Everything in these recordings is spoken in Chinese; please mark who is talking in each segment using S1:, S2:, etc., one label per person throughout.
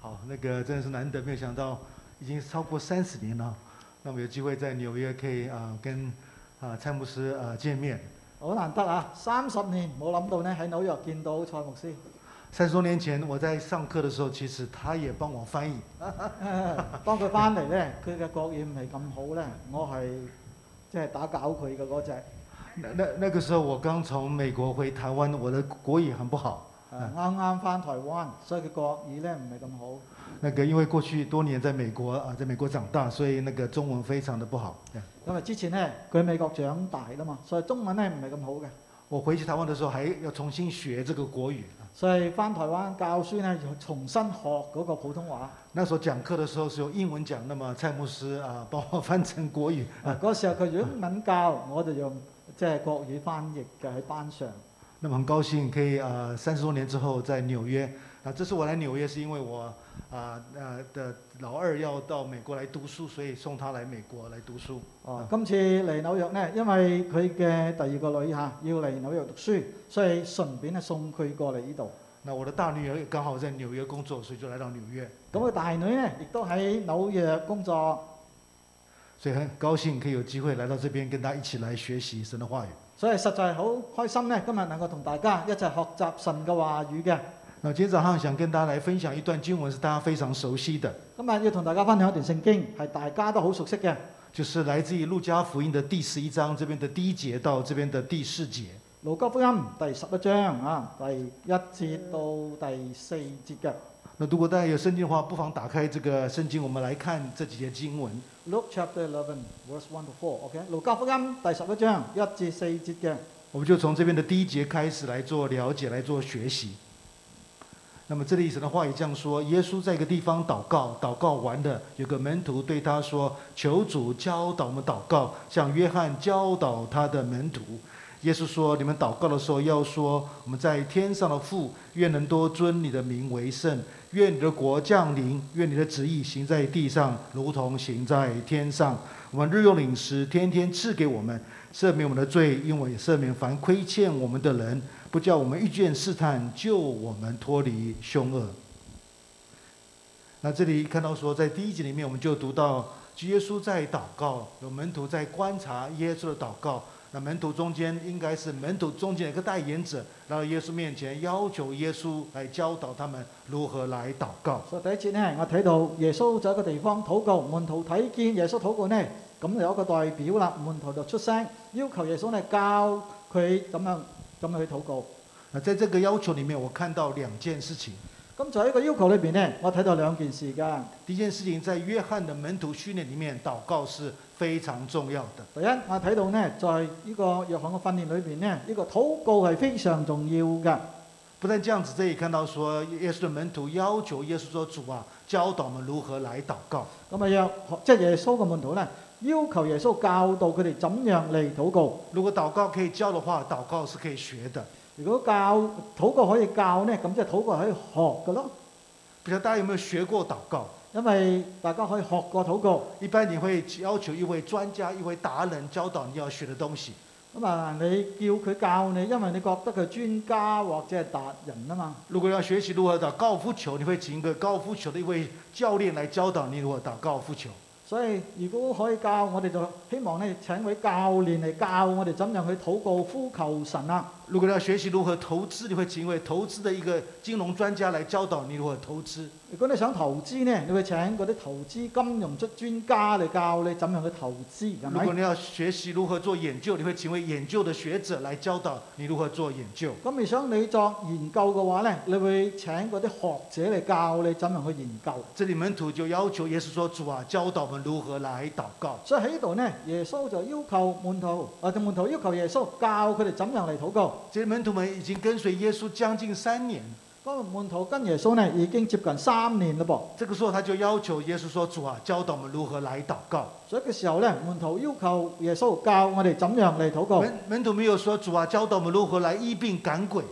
S1: 好，那个真的是难得，没有想到已经超过三十年了。那么有機會在紐約可以啊、呃跟啊、蔡牧師啊、呃見面。
S2: 好難得啊！三十年冇諗到呢，喺紐約見到蔡牧師。
S1: 三十多年前我在上課的時候，其實他也幫我翻譯。
S2: 當佢翻嚟呢，佢嘅國語唔係咁好呢，我係即係打攪佢嘅嗰只。
S1: 那那那個時候我剛從美國回台灣，我的國語很不好。
S2: 啊啱啱翻台灣，所以佢國語呢唔係咁好。
S1: 那個因為過去多年在美國啊、在美國長大，所以那個中文非常的不好。
S2: 咁啊，之前呢，佢喺美國長大啦嘛，所以中文呢唔係咁好嘅，
S1: 我回去台灣的時候還要重新學這個國語。
S2: 所以翻台灣教書呢，要重新學嗰個普通話。
S1: 那時候講課的時候是用英文講，那麼蔡牧師啊幫我翻成國語。
S2: 啊嗰時候佢用英文教，我就用即係國語翻譯嘅喺班上。
S1: 那麼很高興可以啊，三、十多年之後在紐約啊，這次我來紐約是因為我啊呃的老二要到美國來讀書，所以送他來美國來讀書。
S2: 哦，今次嚟紐約呢，因為佢嘅第二個女嚇、要嚟紐約讀書，所以順便咧送佢過嚟呢度。
S1: 那我的大女兒剛好在紐約工作，所以就來到紐約，
S2: 咁佢大女呢，亦都喺紐約工作，
S1: 所以很高興可以有機會來到這邊跟她一起來學習神的話語。
S2: 所以實在好開心呢。今日能夠同大家一齊學習神嘅話語嘅。
S1: 那今天早上想跟大家來分享一段經文，是大家非常熟悉的，
S2: 今日要同大家分享一段聖經，係大家都好熟悉嘅，《
S1: 就是來自於路加福音的第十一章這邊的第一節到這邊的第四節。
S2: 路加福音》第十一章啊，第一節到第四節嘅。
S1: 那如果大家有聖經的話，不妨打開這個聖經，我們來看這幾節經文。
S2: Luke chapter eleven verse one to four，OK，、路加福音第十一章一至四節嘅。
S1: 我们就从这边的第一节开始来做了解，来做学习。那么这里神的话也这样说：耶稣在一个地方祷告，祷告完了，有个门徒对他说：“求主教导我们祷告，像约翰教导他的门徒。”耶稣说：“你们祷告的时候要说：我们在天上的父，愿能多尊你的名为圣，愿你的国降临，愿你的旨意行在地上，如同行在天上。我们日用饮食，天天赐给我们，赦免我们的罪，因为赦免凡亏欠我们的人，不叫我们遇见试探，救我们脱离凶恶。那这里看到说，在第一节里面我们就读到耶稣在祷告，有门徒在观察耶稣的祷告。那门徒中间应该是门徒中间有一个代言者，来到耶稣面前，要求耶稣来教导他们如何来祷告。
S2: 所以第一節呢，我睇到耶穌在一個地方禱告，門徒睇見耶穌禱告呢，咁有一個代表啦，門徒就出聲要求耶穌呢教佢咁樣咁樣去禱告。
S1: 那在这个要求里面，我看到兩件事情。
S2: 咁在呢個要求裏邊呢，我睇到兩件事㗎。
S1: 第一件事情，在约翰的门徒训练里面，祷告是非常重要的。
S2: 第一，我睇到呢，在呢個約翰嘅訓練裏邊呢，呢、個禱告係非常重要嘅。
S1: 不但这样子，这里看到说，耶穌的门徒要求耶穌说：“主啊，教導我們如何來禱告。
S2: 咁啊，約即係耶穌嘅門徒呢，要求耶穌教導佢哋怎樣嚟禱告。
S1: 如果禱告可以教的話，禱告是可以學的。
S2: 如果教禱告可以教呢，咁即係禱告係可以學嘅咯。
S1: 不知道大家有沒有學過禱告？
S2: 因為大家可以學過禱告，
S1: 一般你會要求一位專家、一位達人教導你要學的東西。
S2: 咁啊你叫佢教你，因為你覺得佢專家或者係達人啊嘛。
S1: 如果要學習如何打高爾夫球，你會請一個高爾夫球的一位教練來教導你如何打高爾夫球。
S2: 所以如果可以教，我哋就希望咧請位教練嚟教我哋怎樣去禱告呼求神啊。
S1: 如果要學習如何投資，你會請一位投資的一個金融專家來教導你如何投資。
S2: 如果你想投資呢，你會請嗰啲投資金融出專家嚟教你怎樣去投資，係
S1: 如果
S2: 咪？
S1: 你要學習如何做研究，你會請位研究的學者來教導你如何做研究。
S2: 咁你想你作研究嘅話呢，你會請嗰啲學者嚟教你怎樣去研究。
S1: 这里门徒就要求耶穌說：“主啊，教導我們如何來禱告。
S2: 所以喺呢度呢，耶穌就要求門徒，或者門徒要求耶穌教佢哋怎樣嚟禱告。”
S1: 这些門徒們已經跟隨耶穌將近三年，
S2: 嗰個門徒跟耶穌呢已經接近三年嘞噃，
S1: 這個時候他就要求耶穌說：“主啊，教導我們如何來禱告。”
S2: 所以嘅時候呢，門徒要求耶穌教我哋怎樣嚟禱告。
S1: 门门徒没有说主啊，教导我们如何来医病赶鬼。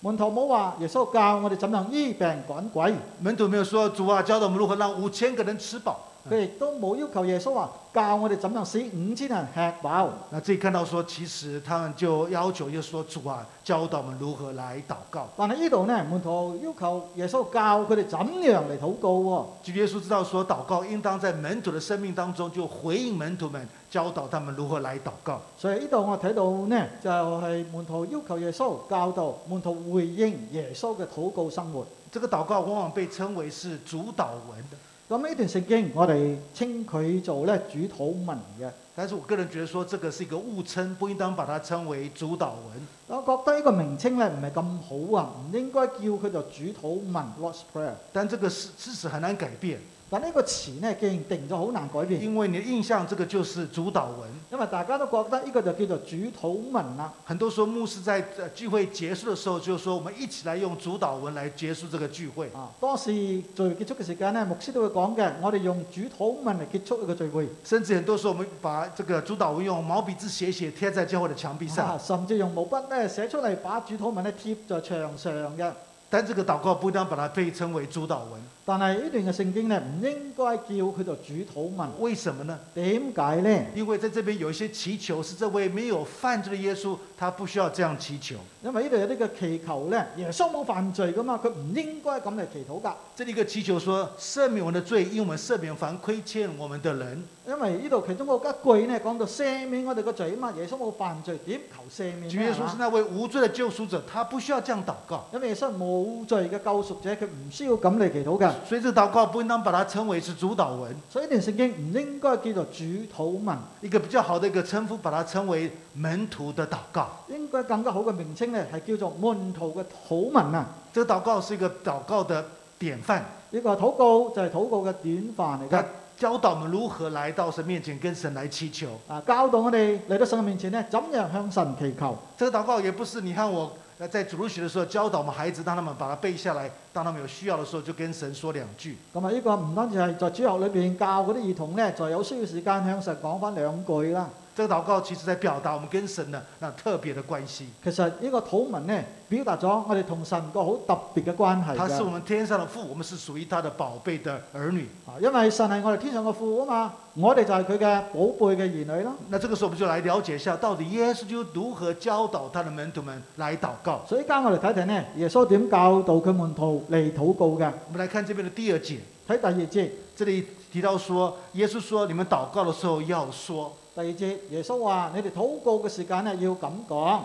S2: 門徒冇話耶穌教我哋怎樣醫病趕鬼，
S1: 门徒没有说主啊，教导我们如何让五千个人吃饱。
S2: 佢亦都冇要求耶穌話教我哋怎樣使五千人吃飽。
S1: 那这里看到说，其实他们就要求，就是说主啊，教导我们如何来祷告。
S2: 但係呢度呢，門徒要求耶穌教佢哋怎樣嚟禱告喎、
S1: 主耶稣知道说，祷告应当在门徒的生命当中，就回应门徒们，教导他们如何来祷告。
S2: 所以呢度我睇到呢，就係、門徒要求耶穌教導，門徒回應耶穌嘅禱告生活。
S1: 这个祷告往往被称为是主导文的，
S2: 咁呢段聖經我哋稱佢做咧主禱文嘅。
S1: 但是我个人觉得说，这个是一个误称，不应当把它称为主导文。
S2: 我覺得呢個名稱咧唔係咁好啊，唔應該叫佢做主禱文 （Lord's Prayer）。
S1: 但这个事事实很难改變，
S2: 但呢個詞呢，既然定咗，好難改變，
S1: 因为你的印象這個就是主導文。
S2: 因為大家都覺得呢個就叫做主禱文啦。
S1: 很多时候牧师在呃聚會結束的時候，就說我們一起來用主導文來結束這個聚會。
S2: 啊，當時聚會結束嘅時間呢，牧師都會講嘅，我哋用主禱文嚟結束呢個聚會，
S1: 甚至很多時候，我們把這個主導文用毛筆字寫一寫，貼在教會的牆壁
S2: 啊
S1: 上。
S2: 甚至用毛筆咧寫出嚟，把主禱文咧貼在牆上嘅。
S1: 但這個禱告不應當把它被稱為主導文，
S2: 但係呢段嘅聖經呢，唔應該叫佢做主禱文，
S1: 為什麼呢？
S2: 點解呢？
S1: 因為在這邊有一些祈求是這位沒有犯罪的耶穌，他不需要這樣祈求。
S2: 因為呢度有啲嘅祈求呢，耶穌冇犯罪噶嘛，佢唔應該咁嚟祈禱㗎。
S1: 這裡一個祈求說：赦免我們的罪，因為我們赦免凡虧欠我們的人。
S2: 因為呢度其中嗰一句呢，講到赦免我哋個罪啊嘛，耶穌冇犯罪，點求赦免
S1: 主耶
S2: 呢？係
S1: 穌是
S2: 嘛
S1: 那位無罪的救贖者，他不需要這樣禱告，
S2: 因為耶穌係冇罪嘅救贖者，佢唔需要咁嚟祈禱㗎。
S1: 所以這個禱告不應當把它稱為是主導文。
S2: 所以呢段聖經唔應該叫做主禱文，
S1: 一個比較好的一個稱呼，把它稱為門徒的禱告。
S2: 應該更加好嘅名稱呢，係叫做門徒嘅禱文啊！
S1: 這個禱告是一個禱告的典範，
S2: 呢個禱告就係禱告嘅典範嚟㗎
S1: 它。教導我們如何來到神面前跟神來祈求。
S2: 啊，教導我哋嚟到神嘅面前咧，怎樣向神祈求？
S1: 這個禱告也不是你看我呃在主日學的時候教導我們孩子，让他們把它背下來，当他们有需要的時候就跟神說兩句。
S2: 咁啊，呢個唔單止係在主學裏邊教嗰啲兒童咧，在有需要時間向神講翻兩句啦。
S1: 這個禱告其實在表達我們跟神的那特別的關係，
S2: 其實呢個禱文咧，表達咗我哋同神個好特別嘅關係
S1: 他是我
S2: 㗎。
S1: 們天上的父，我們是屬於他的寶貝的兒女。
S2: 啊，因為神係我哋天上嘅父啊嘛，我哋就係佢嘅寶貝嘅兒女啦。
S1: 那這個時候我們就來了解一下，到底耶穌基督如何教導他的门徒们来禱告。
S2: 所以依家我哋睇睇呢，耶穌點教導佢門徒嚟禱告嘅？
S1: 我们来看这边的第二节，
S2: 睇第二節，第
S1: 这里提到说，耶穌说：“你们祷告的时候要说。
S2: 二節耶穌話：你哋禱告嘅時間咧要咁講。”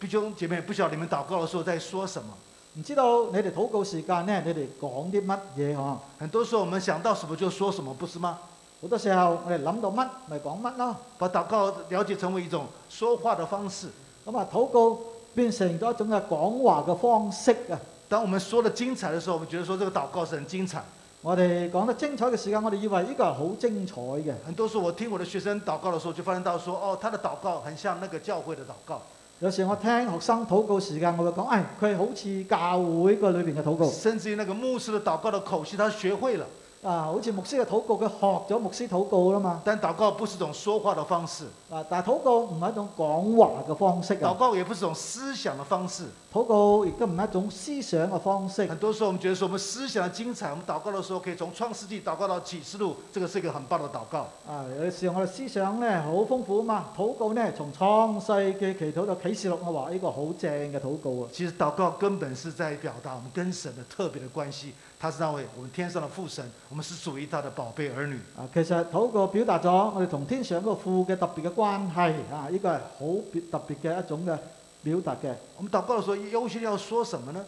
S1: 弟兄姐妹，不晓得你们禱告的时候在说什么。
S2: 唔知道你哋禱告時間呢，你哋講啲乜嘢呵？
S1: 很多时候我们想到什么就說什么，不是吗？
S2: 好多時候我哋諗到乜咪講乜咯。
S1: 把祷告了解成为一种说話的方式。
S2: 咁啊，禱告變成咗一種嘅講話嘅方式啊！
S1: 當我們說的精彩的時候，我們覺得说这個禱告是很精彩。
S2: 我哋講得精彩嘅時間，我哋以為呢個係好精彩嘅。
S1: 很多時候我聽我的學生禱告的時候，就發現到說，哦，他的禱告很像那個教會的禱告，
S2: 有時我聽學生禱告時間，我會講：，唉、佢好似教會個裏邊嘅禱告
S1: 甚至於那個牧師的禱告的口氣，他學會了。
S2: 啊，好似牧師嘅禱告，佢學咗牧師禱告啦嘛。
S1: 但禱告不是一種說話的方式，
S2: 啊，但係禱告唔係一種講話嘅方式
S1: 禱
S2: 啊，
S1: 告也不是一種思想的方式。
S2: 禱告亦都唔係一種思想嘅方式。
S1: 很多时候我们觉得说我们思想的精彩，我们祷告的时候可以从创世纪祷告到启示录，这个是一个很棒的祷告。
S2: 啊，有時我哋思想咧好豐富啊嘛，禱告咧從創世嘅祈禱到啟示錄，我話呢個好正嘅禱告啊！
S1: 其实祷告根本是在表达我们跟神的特别的关系，他是那位我们天上的父神，我们是属于他的宝贝儿女。
S2: 啊，其實禱告表達咗我哋同天上嗰個父嘅特別嘅關係啊！呢個係好別特別嘅一種嘅表達嘅。
S1: 我们祷告的时候，优先要说什么呢？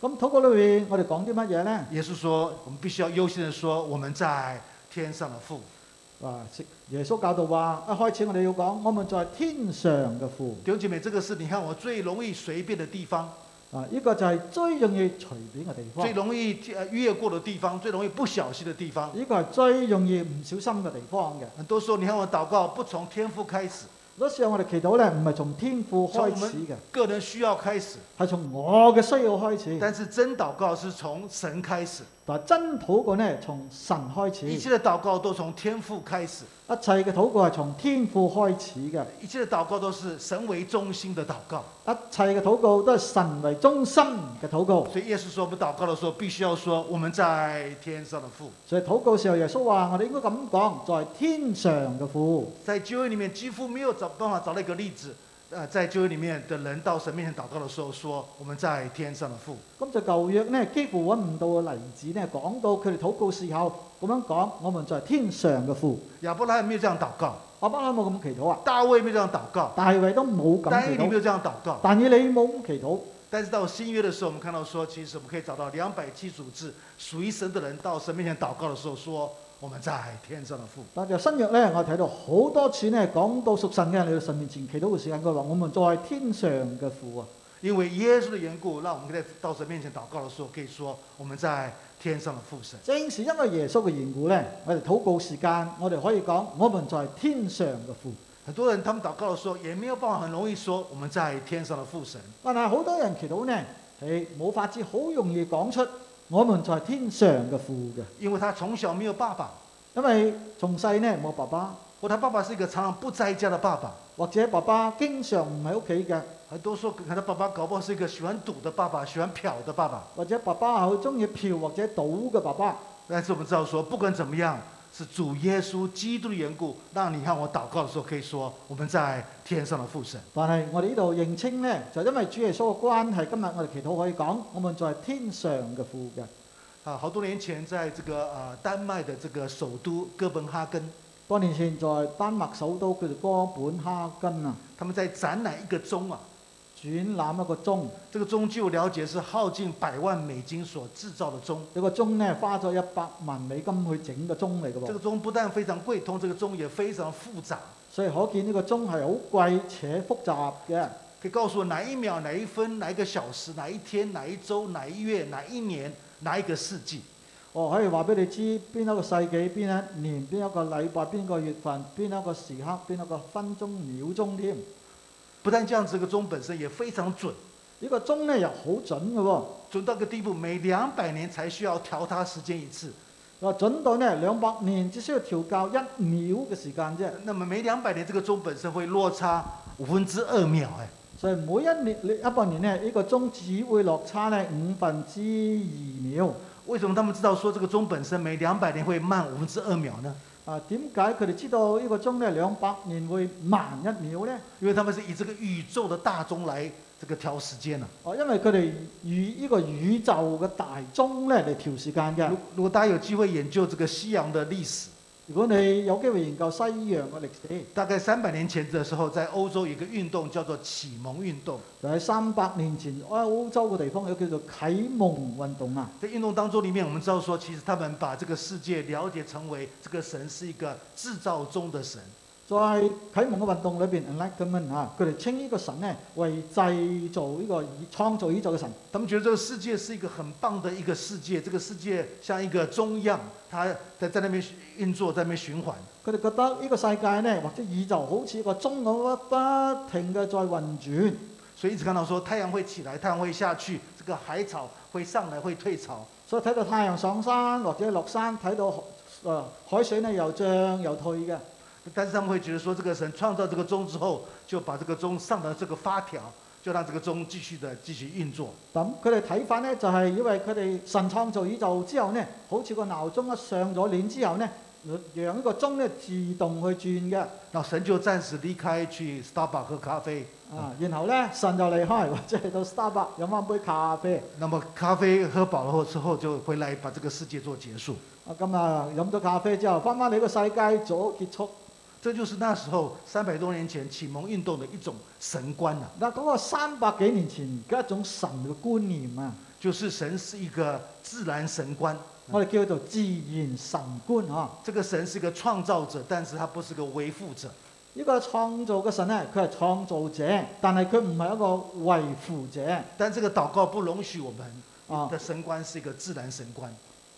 S2: 咁禱告裏面我哋講啲乜嘢咧？
S1: 耶稣说，我们必须要优先的说我们在天上的父。
S2: 啊，耶穌教導話：一開始我哋要講，我們在天上嘅父。
S1: 弟兄姐妹，这个是你看我最容易随便的地方，
S2: 啊，呢個就係最容易隨便嘅地方
S1: 最，容易呃越过的地方，最容易不小心的地方。
S2: 呢個係最容易唔小心嘅地方嘅。
S1: 很多时候，你看我祷告不从天父开始，
S2: 嗰時候我哋祈禱咧，唔係從天父開始嘅，
S1: 个人需要开始，
S2: 係從我嘅需要開始。
S1: 但是真祷告是从神开始，
S2: 但係真禱告呢，從神開始，
S1: 一
S2: 一
S1: 切
S2: 切
S1: 的祷告都從天父开始，
S2: 嘅禱告係從天父開始嘅，
S1: 一切的祷告都是神为中心的祷告。
S2: 一切嘅禱告都係神為中心嘅禱告。
S1: 所以耶稣说，我们祷告的时候必须要说我们在天上的父。
S2: 所以禱告時候，耶穌話：我哋應該咁講，在天上嘅父。
S1: 在旧约里面几乎没有找办法找到一个例子，呃，在旧约里面的人到神面前祷告的时候说我们在天上的父。
S2: 咁就舊約呢，幾乎揾唔到嘅例子呢，講到佢哋禱告時候咁樣講，我們在天上嘅父。
S1: 亚伯拉罕没有这样祷告，
S2: 阿伯拉罕冇咁祈禱啊，
S1: 大卫没有这样祷告，
S2: 大衛都冇咁
S1: 但以
S2: 祈
S1: 理没
S2: 禱，
S1: 有这样祷告。
S2: 但以理冇咁祈禱。
S1: 但是到新约的时候，我们看到说，其实我们可以找到两百七十五字属于神的人到神面前祷告的时候说我们在天上的父。
S2: 但就新約咧，我睇到好多次咧，講到屬神嘅人嚟到神面前祈禱嘅時間，佢話：我們在天上嘅父啊！
S1: 因为耶稣的缘故，让我们在到神面前祷告的时候，可以说我们在天上的父神。
S2: 正是因為耶穌嘅緣故咧，我哋禱告時間，我哋可以講：我們在天上嘅父。
S1: 很多人他们祷告的时候，也没有办法很容易说我们在天上的父神。
S2: 但係好多人祈禱咧，係冇法子好容易講出我們在天上嘅父嘅，
S1: 因为他从小没有爸爸，
S2: 因為從細咧冇爸爸，
S1: 或他爸爸是一个常常不在家的爸爸。
S2: 或者爸爸經常唔喺屋企嘅，
S1: 很多时候，可能他爸爸搞不好是一个喜欢赌的爸爸，喜欢嫖的爸爸。
S2: 或者爸爸好中意嫖或者賭嘅爸爸。
S1: 但是我们知道说，不管怎么样，是主耶稣基督的缘故，让你和我祷告的时候可以说我们在天上的父神。
S2: 但係我哋呢度認清呢，就因為主耶穌嘅關係，今日我哋祈禱可以講，我們在天上嘅父嘅。
S1: 啊，好多年前在这个呃丹麦的这个首都哥本哈根，
S2: 多年前在丹麥首都叫做哥本哈根啊，
S1: 他们在展览一个钟啊，
S2: 展覽一個鐘，
S1: 这个钟据我了解是耗尽百万美金所制造的钟。
S2: 呢個鐘呢，花咗一百萬美金去整個鐘嚟嘅
S1: 这
S2: 喎
S1: 个，钟不但非常贵，同这个钟也非常复杂。
S2: 所以可見呢個鐘係好貴且複雜嘅。
S1: 可以告诉我哪一秒、哪一分、哪一个小时、哪一天、哪一周、哪一月、哪一年、哪一个世纪。
S2: 我可以話俾你知邊一個世紀、邊一年、邊一個禮拜、邊個月份、邊一個時刻、邊一個分鐘、秒鐘添。
S1: 不但这样，这个钟本身也非常准，
S2: 呢、個鐘呢又好準嘅喎。
S1: 准到个地步，每两百年才需要调它时间一次。
S2: 話準到呢兩百年只需要調校一秒嘅時間啫，
S1: 那么每两百年，这个钟本身会落差五分之二秒。哎，
S2: 所以每一年一百年呢，呢、個鐘只會落差呢五分之二秒。
S1: 为什么他们知道说这个钟本身每两百年会慢五分之二秒呢？
S2: 啊，點解佢哋知道呢個鐘呢兩百年會慢一秒呢？
S1: 因为他们是以这个宇宙的大钟来这个调时间呢、啊
S2: 哦，因為佢哋與呢個宇宙嘅大鐘呢嚟調時間嘅
S1: 如。如果大家有机会研究这个西洋的历史，
S2: 如果你有機會研究西洋嘅歷史，
S1: 大概三百年前的时候，在欧洲有一个运动叫做启蒙运动。
S2: 就喺三百年前哦歐洲嘅地方有叫做啟蒙運動啊。
S1: 在运动当中里面，我们知道说，其实他们把这个世界了解成为这个神是一个制造中的神，
S2: 在啟蒙嘅運動裏邊，enlightenment 啊，佢哋稱呢個神咧為製造呢、個宇創造宇宙嘅神，
S1: 他们觉得这个世界是一个很棒的一个世界，这个世界像一个钟一样，它在在那边运作，在那边循环。
S2: 佢哋覺得呢個世界咧或者宇宙好似一個鐘咁不停嘅在運轉，
S1: 所以一直看到说太阳会起来，太阳会下去，这个海草会上来，会退潮。
S2: 所以睇到太陽上山或者落山，睇到誒、呃海水咧又漲又退嘅。
S1: 但是他们会觉得说，这个神创造这个钟之后，就把这个钟上的这个发条，就让这个钟继续的继续运作。
S2: 咁佢哋睇法咧就係、因為佢哋神創造宇宙之後咧，好似個鬧鐘一上咗鏈之後咧，讓呢個鐘咧自動去轉嘅。
S1: 然后神就暂时离开去 Starbucks 喝咖啡。
S2: 啊，然後咧神就離開， 或者去到 Starbucks 飲翻杯咖啡。
S1: 那么咖啡喝饱了后之后，就回来把这个世界做结束。
S2: 啊，咁啊飲咗咖啡之後，翻返你個世界早結束。
S1: 这就是那时候三百多年前启蒙运动的一種神觀啊，
S2: 嗱，嗰個三百幾年前嘅一種神嘅觀念啊，
S1: 就是神是一個自然神觀。
S2: 我哋叫做自然神觀啊。
S1: 这个神是一个创造者，但是他不是个维护者。
S2: 呢個創造嘅神咧，佢係創造者，但係佢唔係一個維護者
S1: 但这个禱告不容許我们
S2: 啊。
S1: 的神觀是一个自然神觀。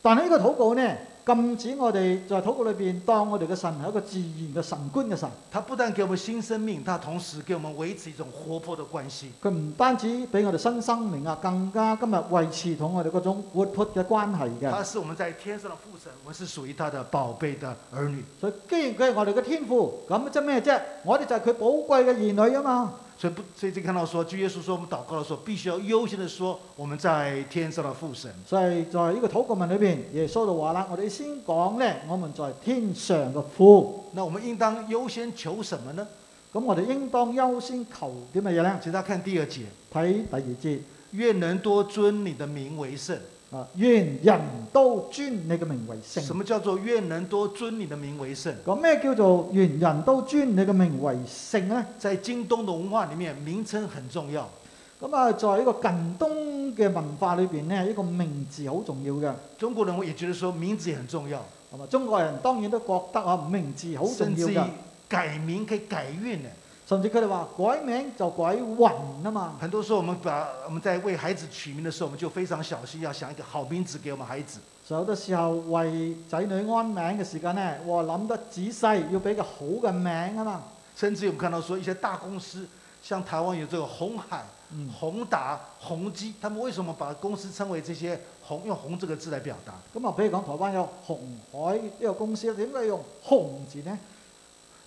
S2: 但係呢個禱告咧，禁止我哋在禱告裏邊當我哋嘅神係一個自然嘅神觀嘅神。
S1: 他不但给我们新生命，他同时给我们维持一种活泼的关系。
S2: 佢唔單止俾我哋新生命啊，更加今日維持同我哋嗰種活潑嘅關係嘅。
S1: 他是我们在天上的父神，我们是属于他的宝贝的儿女。
S2: 所以既然佢係我哋嘅天父，咁啊即係咩啫？我哋就係佢寶貴嘅兒女啊嘛。
S1: 所以不，所以这看到说，主耶稣说，我们祷告的时候，必须要优先的说，我们在天上的父神。
S2: 所以在呢個禱告文裏邊，耶穌就話啦：我哋先講咧，我們在天上嘅父。
S1: 那我们应当优先求什么呢？
S2: 咁我哋應當優先求啲乜嘢咧？
S1: 请大家看第二节，
S2: 睇第二節
S1: 愿人多尊你的名为圣。
S2: 啊，願人都尊你嘅名為聖
S1: 什。么叫做愿人多尊你的名为圣？
S2: 咁咩叫做願人都尊你嘅名為聖咧？
S1: 在京东的文化里面，名称很重要。
S2: 咁啊，在呢個近東嘅文化裏邊咧，呢個名字好重要嘅。
S1: 中国人也覺得說名字也很重要，
S2: 咁啊，中國人當然都覺得啊，名字好重
S1: 甚
S2: 要
S1: 至
S2: 嘅，
S1: 改名可以改運呢。
S2: 甚至佢哋話改名就改運啊嘛。
S1: 很多时候，我们把我们在为孩子取名的时候，我们就非常小心，要想一个好名字给我们孩子。
S2: 所以好多時候為仔女安名嘅時間咧，我諗得仔細，要俾個好嘅名啊嘛。
S1: 甚至我们看到说，一些大公司，像台湾有这个红海、
S2: 嗯，
S1: 宏达、宏基，他们为什么把公司称为这些红？用“红”这个字来表达？
S2: 咁啊，譬如講台灣有紅海呢個公司，點解用紅字呢？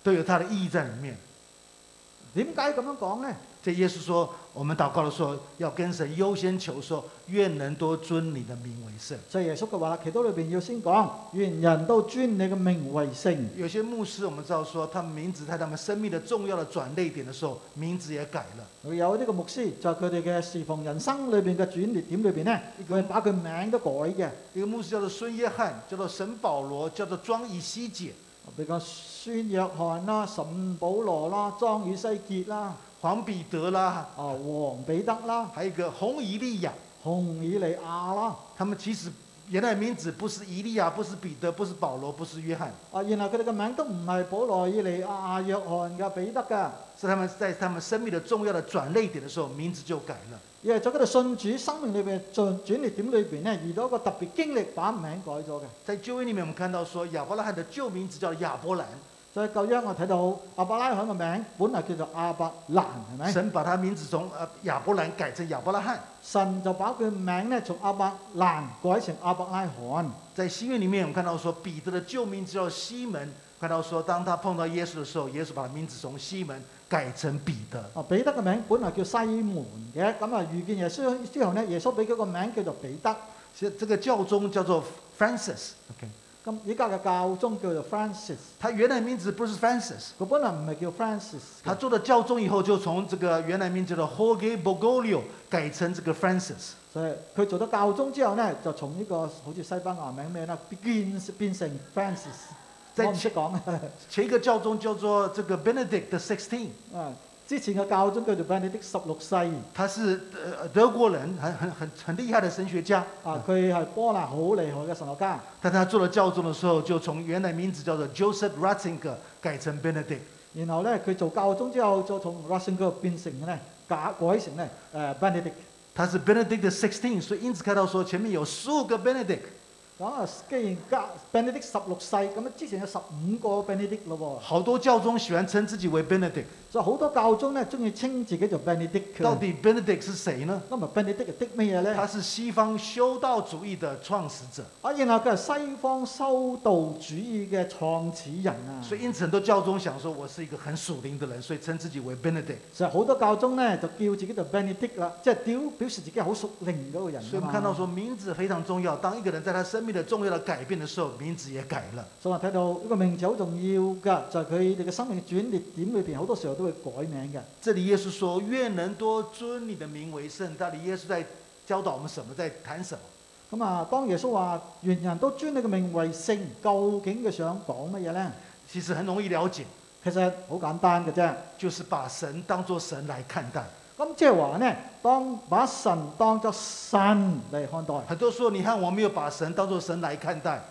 S1: 都有它的意义在里面。
S2: 點解咁樣講呢？
S1: 这耶稣说，我们祷告的时候要跟神优先求说，愿人多尊你的名为圣。
S2: 所以耶穌嘅話啦，祈禱裏邊要先講，願人都尊你嘅名為聖。
S1: 有些牧师，我们知道说，他们名字在他们生命的重要的转捩点的时候，名字也改了。
S2: 有呢個牧師在佢哋嘅侍奉人生裏邊嘅轉捩點裏邊咧，佢係把佢名都改嘅，
S1: 一个牧师叫做孙约翰，叫做沈保罗，叫做庄以西姐。
S2: 譬如講孫約翰啦、沈保羅啦、莊與西傑啦、
S1: 黄彼得啦，
S2: 啊黃彼得啦、
S1: 还有一个红以利亚，
S2: 洪以利亞啦，
S1: 他们其实原来名字不是以利亚，不是彼得，不是保罗，不是约翰，
S2: 啊原來佢哋嘅名都唔係保羅、以利亞、約翰嘅彼得㗎，
S1: 是他们在他们生命的重要的转捩点的时候，名字就改了。
S2: 而係在佢哋信主生命裏邊轉轉捩點裏邊咧，遇到一個特別經歷，把名改咗嘅。
S1: 在旧约里面，我们看到说亚伯拉罕的旧名字叫亚伯兰，
S2: 所以舊約我睇到亞伯拉罕嘅名本來叫做亞伯蘭，係咪？
S1: 神把他名字从呃亚伯兰改成亚伯拉罕。
S2: 神就把佢名咧從亞伯蘭改成亞伯拉罕。
S1: 在新约里面，我们看到说彼得的旧名字叫西门，看到说当他碰到耶稣的时候，耶稣把他名字从西门改成彼得。
S2: 啊，彼得嘅名本來叫西門嘅，咁啊遇見耶穌之後咧，耶穌俾佢個名叫做彼得。
S1: 其实这个教宗叫做 Francis，
S2: 咁依家嘅教宗叫做 Francis，
S1: 他原来名字不是 Francis，
S2: 佢本來唔係叫 Francis
S1: 他
S2: 嘅。
S1: 做了教宗以后，就从这个原来名字的 Jorge Bergoglio 改成这个 Francis。
S2: 所以佢做咗教宗之後咧，就從呢、個好似西班牙名咩咧，變變成 Francis。
S1: 即係
S2: 我唔識講 啊！
S1: 前一个教宗叫做这个 Benedict the Sixteen，
S2: 啊之前嘅教宗叫做 Benedict 十六世，
S1: 他是呃德国人，很很很很厉害的神学家。
S2: 啊，佢係波蘭好厲害嘅神學家。
S1: 但他做了教宗的时候，就从原来名字叫做 Joseph Ratzinger 改成 Benedict。
S2: 然後咧，佢做教宗之後，就從 Ratzinger 變成咧假改成咧誒、呃 Benedict。
S1: 他是 Benedict the Sixteen，所以因此看到说前面有十五个 Benedict，
S2: 咁啊，既然加 Benedict 十六世，咁啊之前有十五個 Benedict 咯
S1: 好多教宗喜欢称自己为 Benedict。
S2: 喎，所以好多教宗咧中意稱自己做 Benedict
S1: 到
S2: 嘅。
S1: 底 Benedict 是谁呢？
S2: 咁啊，Benedict 係的咩嘢咧？
S1: 他是西方修道主义的创始者。
S2: 啊，然後佢係西方修道主義嘅創始人啊，
S1: 所以因此很多教宗想说，我是一个很属灵的人，所以称自己为 Benedict。
S2: 所以好多教宗咧就叫自己做 Benedict 啦，即係表表示自己好屬靈嗰個人
S1: 所以我
S2: 啊
S1: 们看到
S2: 嘛。
S1: 说，名字非常重要。当一个人在他生命的重要的改变的时候，名字也改了。
S2: 所以我睇到呢個名字好重要㗎，就係佢哋嘅生命轉捩點裏邊，好多時候都會改名嘅。
S1: 这里耶稣说：“愿人多尊你的名为圣。”到底耶稣在教导我们什么，在谈什么？
S2: 咁啊，當耶穌話願人都尊你嘅名為聖，究竟佢想講乜嘢呢？
S1: 其实很容易了解，
S2: 其實好簡單嘅啫。
S1: 就是把神当作神来看待。
S2: 咁即係話呢，當把神當作神嚟看待，
S1: 很多时候，你看我没有把神当作神来看待，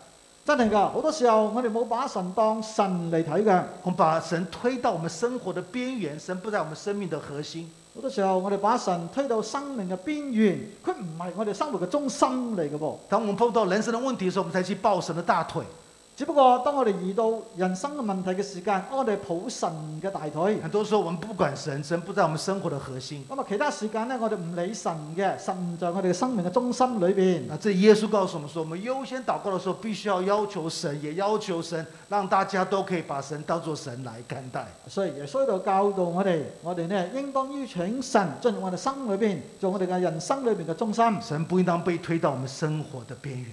S2: 真係㗎。好多時候我哋冇把神當神嚟睇嘅，
S1: 我们把神推到我们生活的边缘，神不在我们生命的核心。
S2: 好多時候我哋把神推到生命嘅邊緣，佢唔係我哋生活嘅中心嚟嘅噃。
S1: 当我们碰到人生的问题的时候，我們才去抱神的大腿。
S2: 只不過當我哋遇到人生嘅問題嘅時間，我哋抱神嘅大腿。
S1: 很多时候我们不管神，神不在我们生活的核心。
S2: 咁啊，其他時間咧，我哋唔理神嘅，神唔在我哋嘅生命嘅中心裏邊。
S1: 那这耶稣告诉我们说，我们优先祷告的时候，必须要要求神，也要求神，让大家都可以把神当作神来看待。
S2: 所以耶穌喺度教導我哋，我哋咧應當邀請神進入我哋心裏邊，做我哋嘅人生裏邊嘅中心。
S1: 神不应当被推到我们生活的边缘。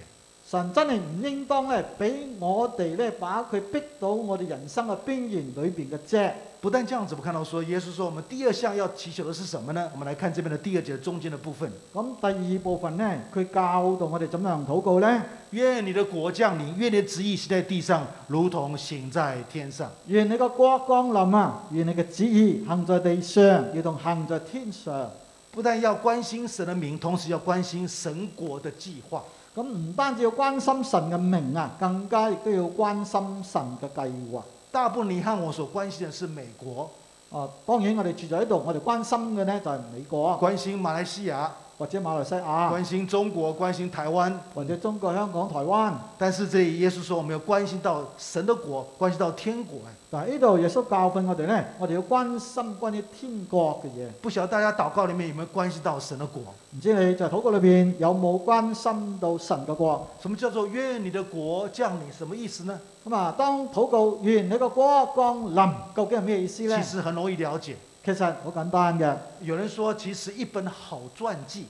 S2: 神真係唔應當咧，俾我哋咧把佢逼到我哋人生嘅邊緣裏邊嘅啫。
S1: 不但这样子，我们看到说，耶稣说，我们第二项要祈求的是什么呢？我们来看这边的第二节中间的部分：
S2: 咁第二部分咧，佢教導我哋怎樣禱告咧？
S1: 愿你的国降临，愿你的旨意行在地上，如同行在天上。
S2: 願你嘅國降臨啊！願你嘅旨意行在地上，如同行在天上。
S1: 不但要关心神的名，同时要关心神国的计划。
S2: 咁唔單止要關心神嘅名啊，更加亦都要關心神嘅計劃。
S1: 大部分你和我所关心的是美国，
S2: 啊，當然我哋住咗喺度，我哋關心嘅呢就係美國
S1: 关心马来西亚，
S2: 或者馬來西亞
S1: 关心中国，关心台湾。
S2: 或者中國香港、台灣。
S1: 但是这里耶稣说，我们要关心到神的国，关心到天国。哎
S2: 但係呢度耶穌教訓我哋呢，我哋要關心關於天國嘅嘢。
S1: 不晓得大家祷告里面有没有关心到神的国？
S2: 唔知你在禱告裏邊有冇關心到神嘅國？
S1: 什么叫做愿你的国降临？什么意思呢？
S2: 咁啊，當禱告完你個國降臨，究竟係咩意思呢
S1: 其？实很容易了解。
S2: 其實好簡單嘅，
S1: 有人说，其实一本好传记，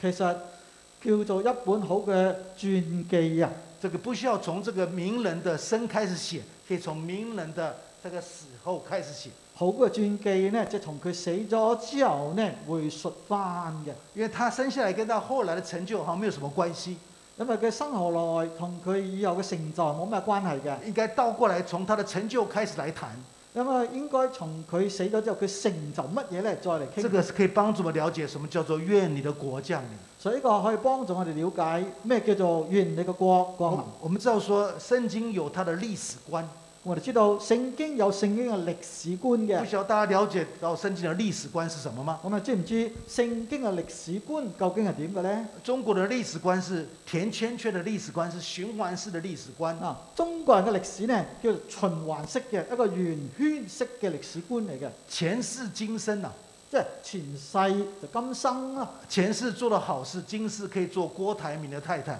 S2: 其實叫做一本好嘅傳記啊。
S1: 这个不需要从这个名人的生开始写，可以从名人的这个死后开始写，
S2: 好嘅傳記呢，即係從佢死咗之後呢，回述翻嘅。
S1: 因为他生下来跟他后来的成就好像沒有什么關係，
S2: 因為佢生何來同佢以後嘅成就冇咩關係嘅，
S1: 應該倒過來從他的成就开始来談，
S2: 因為應該從佢死咗之後，佢成就乜嘢咧，再嚟
S1: 这
S2: 傾。
S1: 个是可以帮助我们了解什么叫做愿你的国降临。
S2: 所以呢個可以幫助我哋了解咩叫做願你嘅國降臨
S1: 我。我们知道说圣经有它的历史观，
S2: 我哋知道聖經有聖經嘅歷史觀嘅
S1: 不。晓得大家了解到圣经的历史观是什么吗？
S2: 我哋知唔知聖經嘅歷史觀究竟係點嘅呢？
S1: 中国的历史观是甜圈圈的历史观，是循环式的历史观。
S2: 啊，中國人嘅歷史呢，叫做循環式嘅一個圓圈式嘅歷史觀嚟嘅，
S1: 前世今生啊呐、
S2: 即係前世就今生啦、
S1: 前世做了好事，今世可以做郭台铭的太太。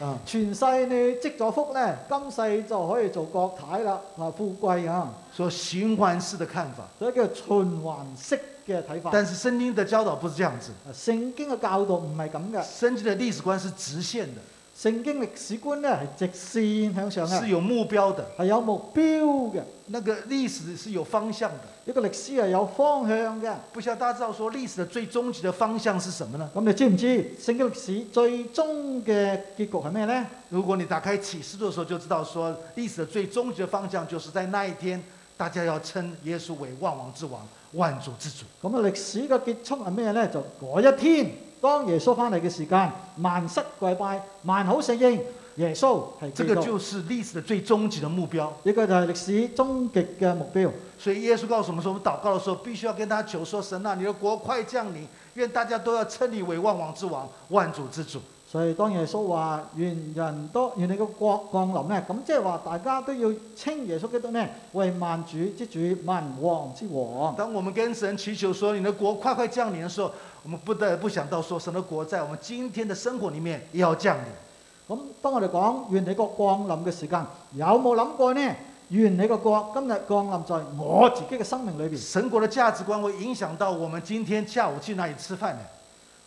S1: 嗯，
S2: 前世你積咗福呢，今世就可以做國太啦，啊富貴啊，
S1: 说循环式的看法。
S2: 所以叫循環式嘅睇法。
S1: 但是圣经的教导不是这样子，
S2: 聖經嘅教導唔係咁嘅，
S1: 圣经的历史观是直线的，
S2: 聖經歷史觀呢係直線向上
S1: 是
S2: 嘅，
S1: 有目標的，
S2: 係有目標嘅，
S1: 那个歷史是有方向的。
S2: 呢個歷史係有方向嘅。
S1: 不晓得大家知道说历史的最终极的方向是什么呢？
S2: 咁你知唔知聖經歷史最終嘅結局係咩呢？
S1: 如果你打开启示录的时候，就知道说历史的最终极的方向就是在那一天，大家要称耶稣为万王之王、万主之主。
S2: 咁啊，歷史嘅結束係咩呢？就嗰一天，當耶穌翻嚟嘅時間，萬膝跪拜，萬口承認耶穌係
S1: 这
S2: 基
S1: 个
S2: 督。
S1: 就是歷史的最終極的目標。
S2: 呢個就係歷史終極嘅目標。
S1: 所以耶穌告訴我們說，我們禱告的時候必須要跟他求说：“神啊，你的國快降临，愿大家都要称你为万王之王、万主之主。
S2: 所以當耶穌話願人多願你嘅國降臨呢，咁即係話大家都要稱耶穌基督呢為萬主之主、萬王之”王。
S1: 當我們跟神祈求说“你的國快快降临”的时候，我們不得不想到说，神的國在我们今天的生活里面也要降临。
S2: 咁當我哋講願你個降臨嘅時間，有冇諗過呢？願你個國今日降臨在我自己嘅生命裏邊。
S1: 神國的價值觀會影響到我們今天下午去哪里吃飯的，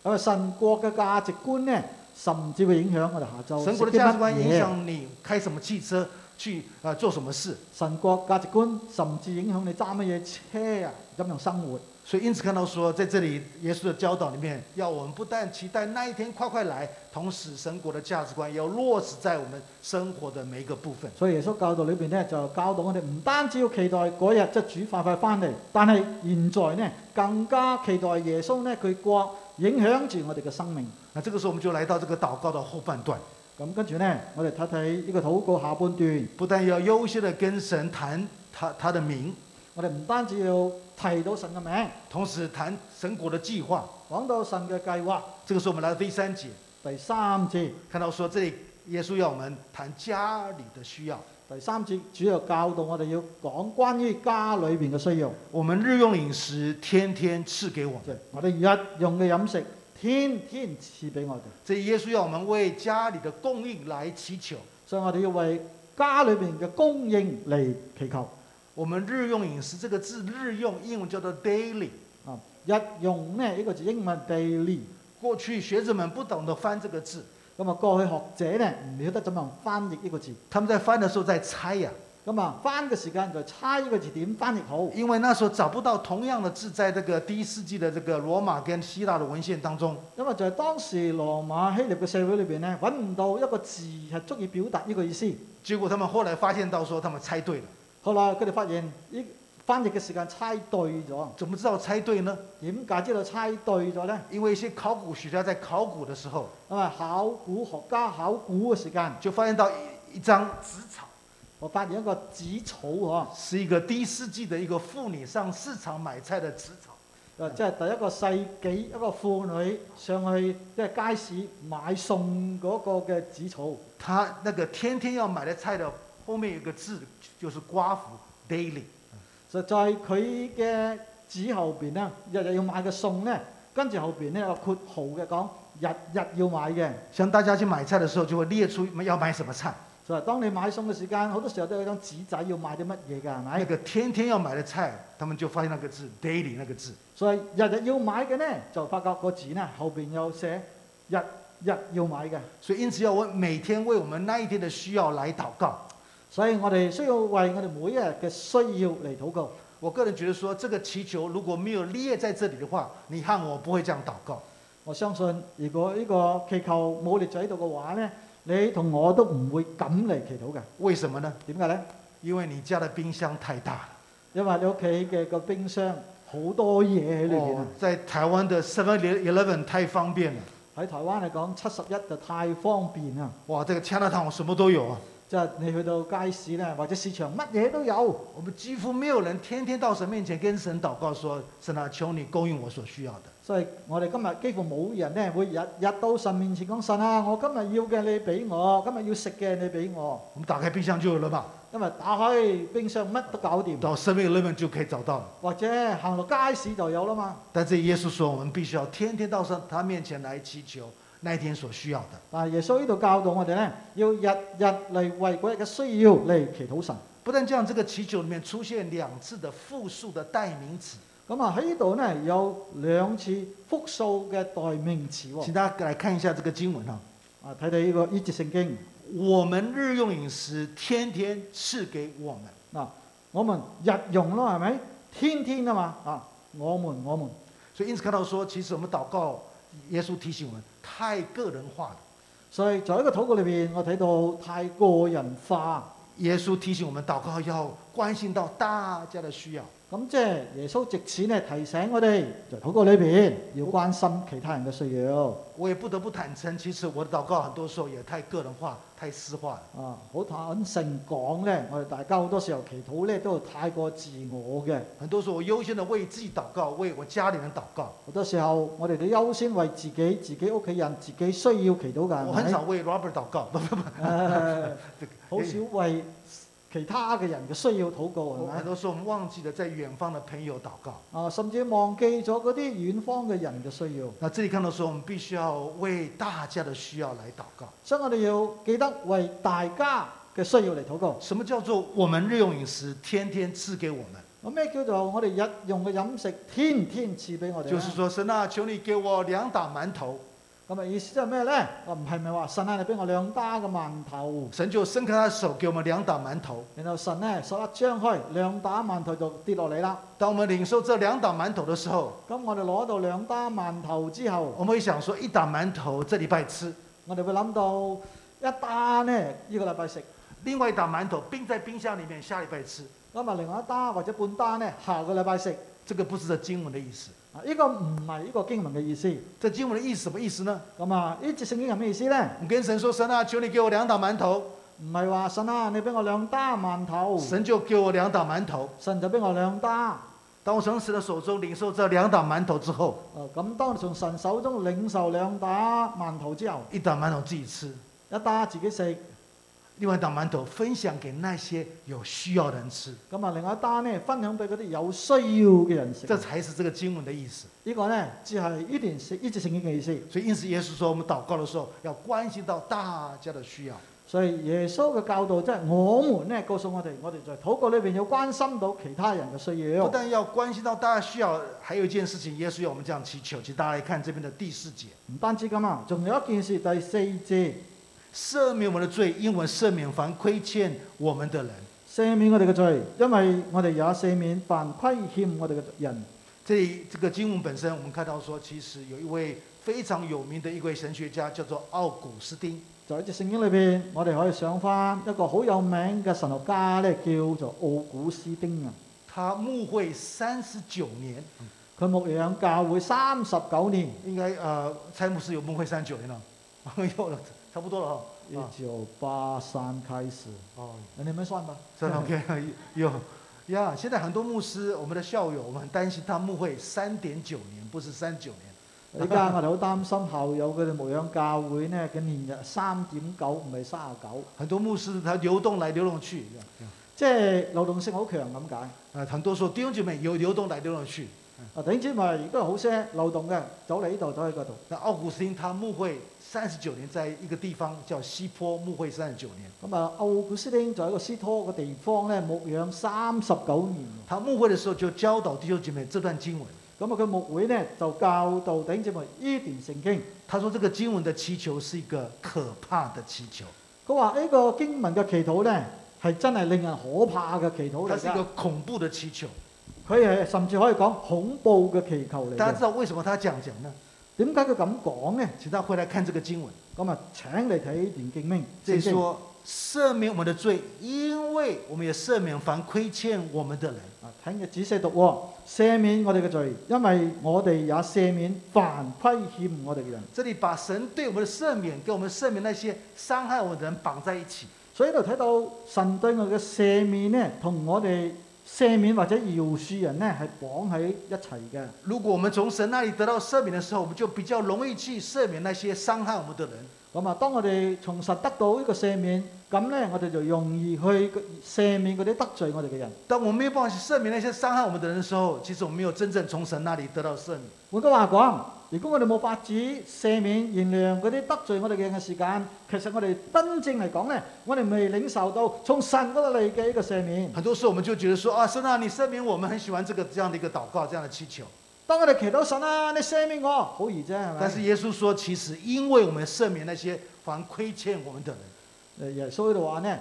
S2: 咁啊，神國嘅價值觀呢，甚至會影響我哋下晝
S1: 神
S2: 食
S1: 國的
S2: 啲
S1: 價值
S2: 乜
S1: 觀影
S2: 嘢。
S1: 響你開什麼汽車，去啊、呃做什麼事。
S2: 神國價值觀甚至影響你揸乜嘢車啊，咁樣生活。
S1: 所以因此看到说，在这里耶稣的教导里面，要我们不但期待那一天快快来，同时神国的价值观也要落实在我们生活的每一个部分。
S2: 所以耶穌教導裏邊咧，就教導我哋唔單止要期待嗰日即係主快快翻嚟，但係現在呢，更加期待耶穌呢佢國影響住我哋嘅生命。
S1: 那这个时候我们就来到这个祷告的后半段，
S2: 咁跟住呢，我哋睇睇呢個禱告下半段，
S1: 不但要优先的跟神谈他他的名，
S2: 我哋唔單止要提到神嘅名，
S1: 同时谈神国的计划。
S2: 講到神嘅計劃。
S1: 这个时候我们来到第三节，
S2: 第三節，
S1: 看到说这里耶稣要我们谈家里的需要。
S2: 第三節主要教導我哋要講關於家裏邊嘅需要，
S1: 我们日用饮食天天赐给我
S2: 即係
S1: 们，
S2: 我哋日用嘅飲食，天天賜俾我哋。
S1: 这耶稣要我们为家里的供应来祈求。
S2: 所以我哋要為家裏邊嘅供應嚟祈求。
S1: 我们日用饮食这个字，日用英文叫做 daily。
S2: 啊，日用呢呢、個字英文 daily，
S1: 过去学者们不懂得翻这个字，
S2: 咁啊過去學者呢唔曉得怎樣翻譯呢個字，
S1: 他们在翻的时候在猜呀、
S2: 咁啊翻嘅時間就猜呢個字點翻譯好，
S1: 因为那时候找不到同样的字，在这个第一世纪的这个罗马跟希腊的文献当中，
S2: 因啊為就係當時羅馬希臘嘅社會裏邊呢，揾唔到一個字係足以表達呢個意思。
S1: 结果他们后来发現到说他们猜对了，
S2: 後來佢哋發現呢翻譯嘅時間猜對咗，
S1: 怎么知道猜對呢？
S2: 點解知道猜對咗呢？
S1: 因为一些考古学家在考古的时候，
S2: 因為考古學家考古嘅時間，
S1: 就發現到一一张纸草，
S2: 我發現一個紙草啊嗬。
S1: 是一个第一世纪的一个妇女上市場買菜的纸草，
S2: 啊即係第一個世紀一個婦女上去即係街市買餸嗰個嘅紙草，
S1: 她那个天天要買的菜的后面有一个字，就是瓜符 daily。
S2: 實在佢嘅紙後邊咧，日日要買嘅餸咧，跟住後邊咧有括號嘅講日日要買嘅。
S1: 像大家去買菜的時候，就會列出要買什麼菜，
S2: 就係當你買餸嘅時間，好多時候都有張紙仔要買啲乜嘢㗎，係
S1: 哎那
S2: 咪？
S1: 个天天要買的菜，他們就發現那個字 daily 那个字。
S2: 所以日日要買嘅咧，就發覺個紙咧後邊有寫日日要買嘅。
S1: 所以因此要我每天為我們那一天的需要來禱告。
S2: 所以我哋需要為我哋每一日嘅需要嚟禱告。
S1: 我个人觉得说，这个祈求如果没有列在这里的话，你和我不会这样祷告。
S2: 我相信，如果呢個祈求冇列咗喺度嘅話呢，你同我都唔會咁嚟祈禱嘅。
S1: 为什么呢？
S2: 點解呢？
S1: 因為你家的冰箱太大了。
S2: 因為你屋企嘅個冰箱好多嘢喺裏邊啊
S1: 哦！，在台灣的 Seven Eleven 太方便了，
S2: 喺台灣嚟講，七十一就太方便啊！
S1: 哇，这个加拿大我什么都有啊。
S2: 即係你去到街市呢，或者市場，乜嘢都有。
S1: 哦我们几乎没有人天天到神面前跟神祷告说：“神啊，求你供应我所需要的。
S2: 所以我哋今日幾乎冇人呢會日日到神面前講神啊！我今日要嘅你俾我，今日要食嘅你俾我，”
S1: 我们打开冰箱就有了嘛，
S2: 因為打開冰箱乜都搞掂，
S1: 到 Seven Eleven 就可以找到了。
S2: 或者行落街市就有啦嘛。
S1: 但这耶稣说，我们必须要天天到上他面前来祈求那一天所需要的。
S2: 但啊係耶穌呢度教導我哋咧，要日日嚟為嗰日嘅需要嚟祈禱神。
S1: 不但这样，这个祈求里面出现两次的复数的代名词，
S2: 咁啊喺呢度咧有兩次複數嘅代名詞喎、
S1: 请大家来看一下这个經文啊。
S2: 啊，睇睇呢個呢節聖經
S1: 我们日用饮食，天天赐给我们。
S2: 嗱、我們日用咯，係咪？天天啊嘛啊，我們我們，
S1: 所以因此看到说，其实我们禱告，耶穌提醒我们，太個人化了。
S2: 所以在一個禱告裏邊，我睇到太個人化。
S1: 耶穌提醒我们，禱告要關心到大家的需要。
S2: 咁即係耶穌藉此咧提醒我哋，在禱告裏邊要關心其他人嘅需要。
S1: 我也不得不坦誠，其實我的禱告很多時候也太個人化、太私化了。
S2: 啊，好坦誠講咧，我哋大家好多時候祈禱咧都係太過自我嘅，
S1: 很多時候我優先的為自己禱告，為我家裡人禱告，
S2: 好多時候我哋都優先為自己、自己屋企人、自己需要祈禱㗎，
S1: 我
S2: 係
S1: 很
S2: 咪
S1: 少為 Robert 禱 告，不不不，
S2: 誒
S1: 這個
S2: 好少為其他嘅人嘅需要禱告係
S1: 我很
S2: 咪？
S1: 多時候我們忘記了在遠方的朋友禱告。
S2: 啊，甚至忘記咗嗰啲遠方嘅人嘅需要，
S1: 那這裡看到說，我們必須要為大家的需要來禱告。
S2: 所以我哋要記得為大家嘅需要嚟禱告。
S1: 什麼叫做我們日用飲食天天賜給我們？
S2: 咁咩叫做我哋日用嘅飲食天天賜俾我哋呢？
S1: 就是說，神啊，求你給我兩打饅頭。
S2: 咁啊意思即係咩咧？啊唔係咪話神啊，你俾我兩打嘅饅頭？
S1: 神就伸開他的手，給我們兩打饅頭。
S2: 然後神咧手一張開，兩打饅頭就跌落嚟啦。
S1: 當我們領受這兩打饅頭的時候，
S2: 咁我哋攞到兩打饅頭之後，
S1: 我們會想說，一打饅頭這禮拜吃，
S2: 我哋會諗到一打呢，呢、個禮拜食，
S1: 另外一打饅頭冰在冰箱裡面，下禮拜吃。
S2: 咁啊另外一打或者半打呢，下個禮拜食。
S1: 這個不是這經文的意思。
S2: 啊，呢、個唔係呢個經文嘅意思。
S1: 這經文的意思什麼意思呢？
S2: 咁啊，呢節聖經係咩意思呢？
S1: 我們跟神說，神啊，求你給我兩打饅頭。
S2: 唔係話神啊，你俾我兩打饅頭，
S1: 神就给我两打馒头。
S2: 神就俾我兩打。
S1: 当我从神的手中领受这两打馒头之后，
S2: 啊咁當從神手中領受兩打饅頭之後，
S1: 一打馒头自己吃，
S2: 一打自己食，
S1: 另外一打馒头分享给那些有需要的人吃，
S2: 咁啊另外一打呢分享俾嗰啲有需要嘅人食。
S1: 这才是这个经文的意思。
S2: 呢個呢，只係呢段聖呢節聖經嘅意思。
S1: 所以，因此耶穌说，我们祷告的时候要关心到大家的需要。
S2: 所以耶穌嘅教導即係我們呢告訴我哋，我哋在禱告裏邊要關心到其他人嘅需
S1: 不
S2: 要。
S1: 但要关心到大家需要，还有一件事情，耶稣要我们这样祈求。请大家来看这边的第四节：
S2: 唔單止咁啊，仲有一件事，第四節，
S1: 赦免我们的罪，因为赦免凡亏欠我们的人。
S2: 赦免我哋嘅罪，因為我哋也赦免犯虧欠我哋嘅人。
S1: 这里这个经文本身，我们看到说，其实有一位非常有名的一位神学家，叫做奥古斯丁。
S2: 就喺只聖經裏邊，我哋可以上翻一個好有名嘅神學家咧，叫做奧古斯丁啊。
S1: 他牧会三十九年，
S2: 佢牧養教會三十九年，
S1: 应该呃，蔡牧师有牧会三十九年了， 有了，差不多了哈。
S2: 一
S1: 啊
S2: 九八三開始。
S1: 哦，
S2: 你們算吧。
S1: 真的 OK，有 呀。现在很多牧师，我们的校友，我们很担心他牧会三点九年，不是三九年。
S2: 依家我哋好擔心校友佢哋牧養教會呢嘅年日三點九唔係三十九，
S1: 很多牧师他流动来流動去，
S2: 即係流動性好強咁解。
S1: 呃，很多说弟兄姐妹有流動來流動去。
S2: 啊，頂姊妹而家好些流動嘅，走嚟呢度走去嗰度。
S1: 那奥古斯丁他牧会三十九年，在一个地方叫西坡牧会三十九 年。
S2: 咁啊，奧古斯丁就喺一個斯托嘅地方咧牧養三十九年。
S1: 他牧会的时候就教导弟兄姐妹这段經文。
S2: 咁啊，佢牧會咧就教導頂姊妹呢段聖經。
S1: 他说这个經文的祈求是一個可怕的祈求，
S2: 佢話呢個經文嘅祈禱咧係真係令人可怕嘅祈禱
S1: 它
S2: 嚟
S1: 是一個
S2: 㗎。
S1: 恐怖的祈求。
S2: 佢係甚至可以講恐怖嘅祈求嚟
S1: 大家知
S2: 嘅。
S1: 道為什麼他講講呢？
S2: 點解佢咁講咧？
S1: 請大家回來看這個經文，
S2: 咁啊，請你睇段敬明，
S1: 這裡
S2: 聖經
S1: 說赦免我們的罪，因為我們也赦免凡虧欠我們的人。
S2: 啊，請佢仔細讀喎，赦免我哋嘅罪，因為我哋也赦免犯虧欠我哋嘅人。
S1: 这里把神对我们的赦免跟我们赦免那些伤害我们的人绑在一起。
S2: 所以呢度睇到神對我嘅赦免咧，同我哋赦免或者饒恕人咧係綁喺一齊嘅。
S1: 如果我们从神那里得到赦免的时候，我们就比较容易去赦免那些伤害我们的人。
S2: 咁啊，當我哋從實得到呢個赦免，咁咧我哋就容易去赦免嗰啲得罪我哋嘅人。
S1: 当我们没有办法去赦免那些伤害我们的人的时候，其实我们没有真正从神那里得到赦免。
S2: 換句話講，如果我哋冇法子赦免、原諒嗰啲得罪我哋嘅人嘅時間，其實我哋真正嚟講咧，我哋未領受到從神嗰度嚟嘅呢個赦免。
S1: 很多时候我们就觉得说啊，神啊，你赦免我们，很喜欢这个这样的一个祷告，这样的祈求。
S2: 當我哋祈禱神啊，你赦免我，好易啫，係咪？
S1: 但是耶稣说，其实因为我们赦免那些还亏欠我们的人，
S2: 誒耶穌喺度話呢，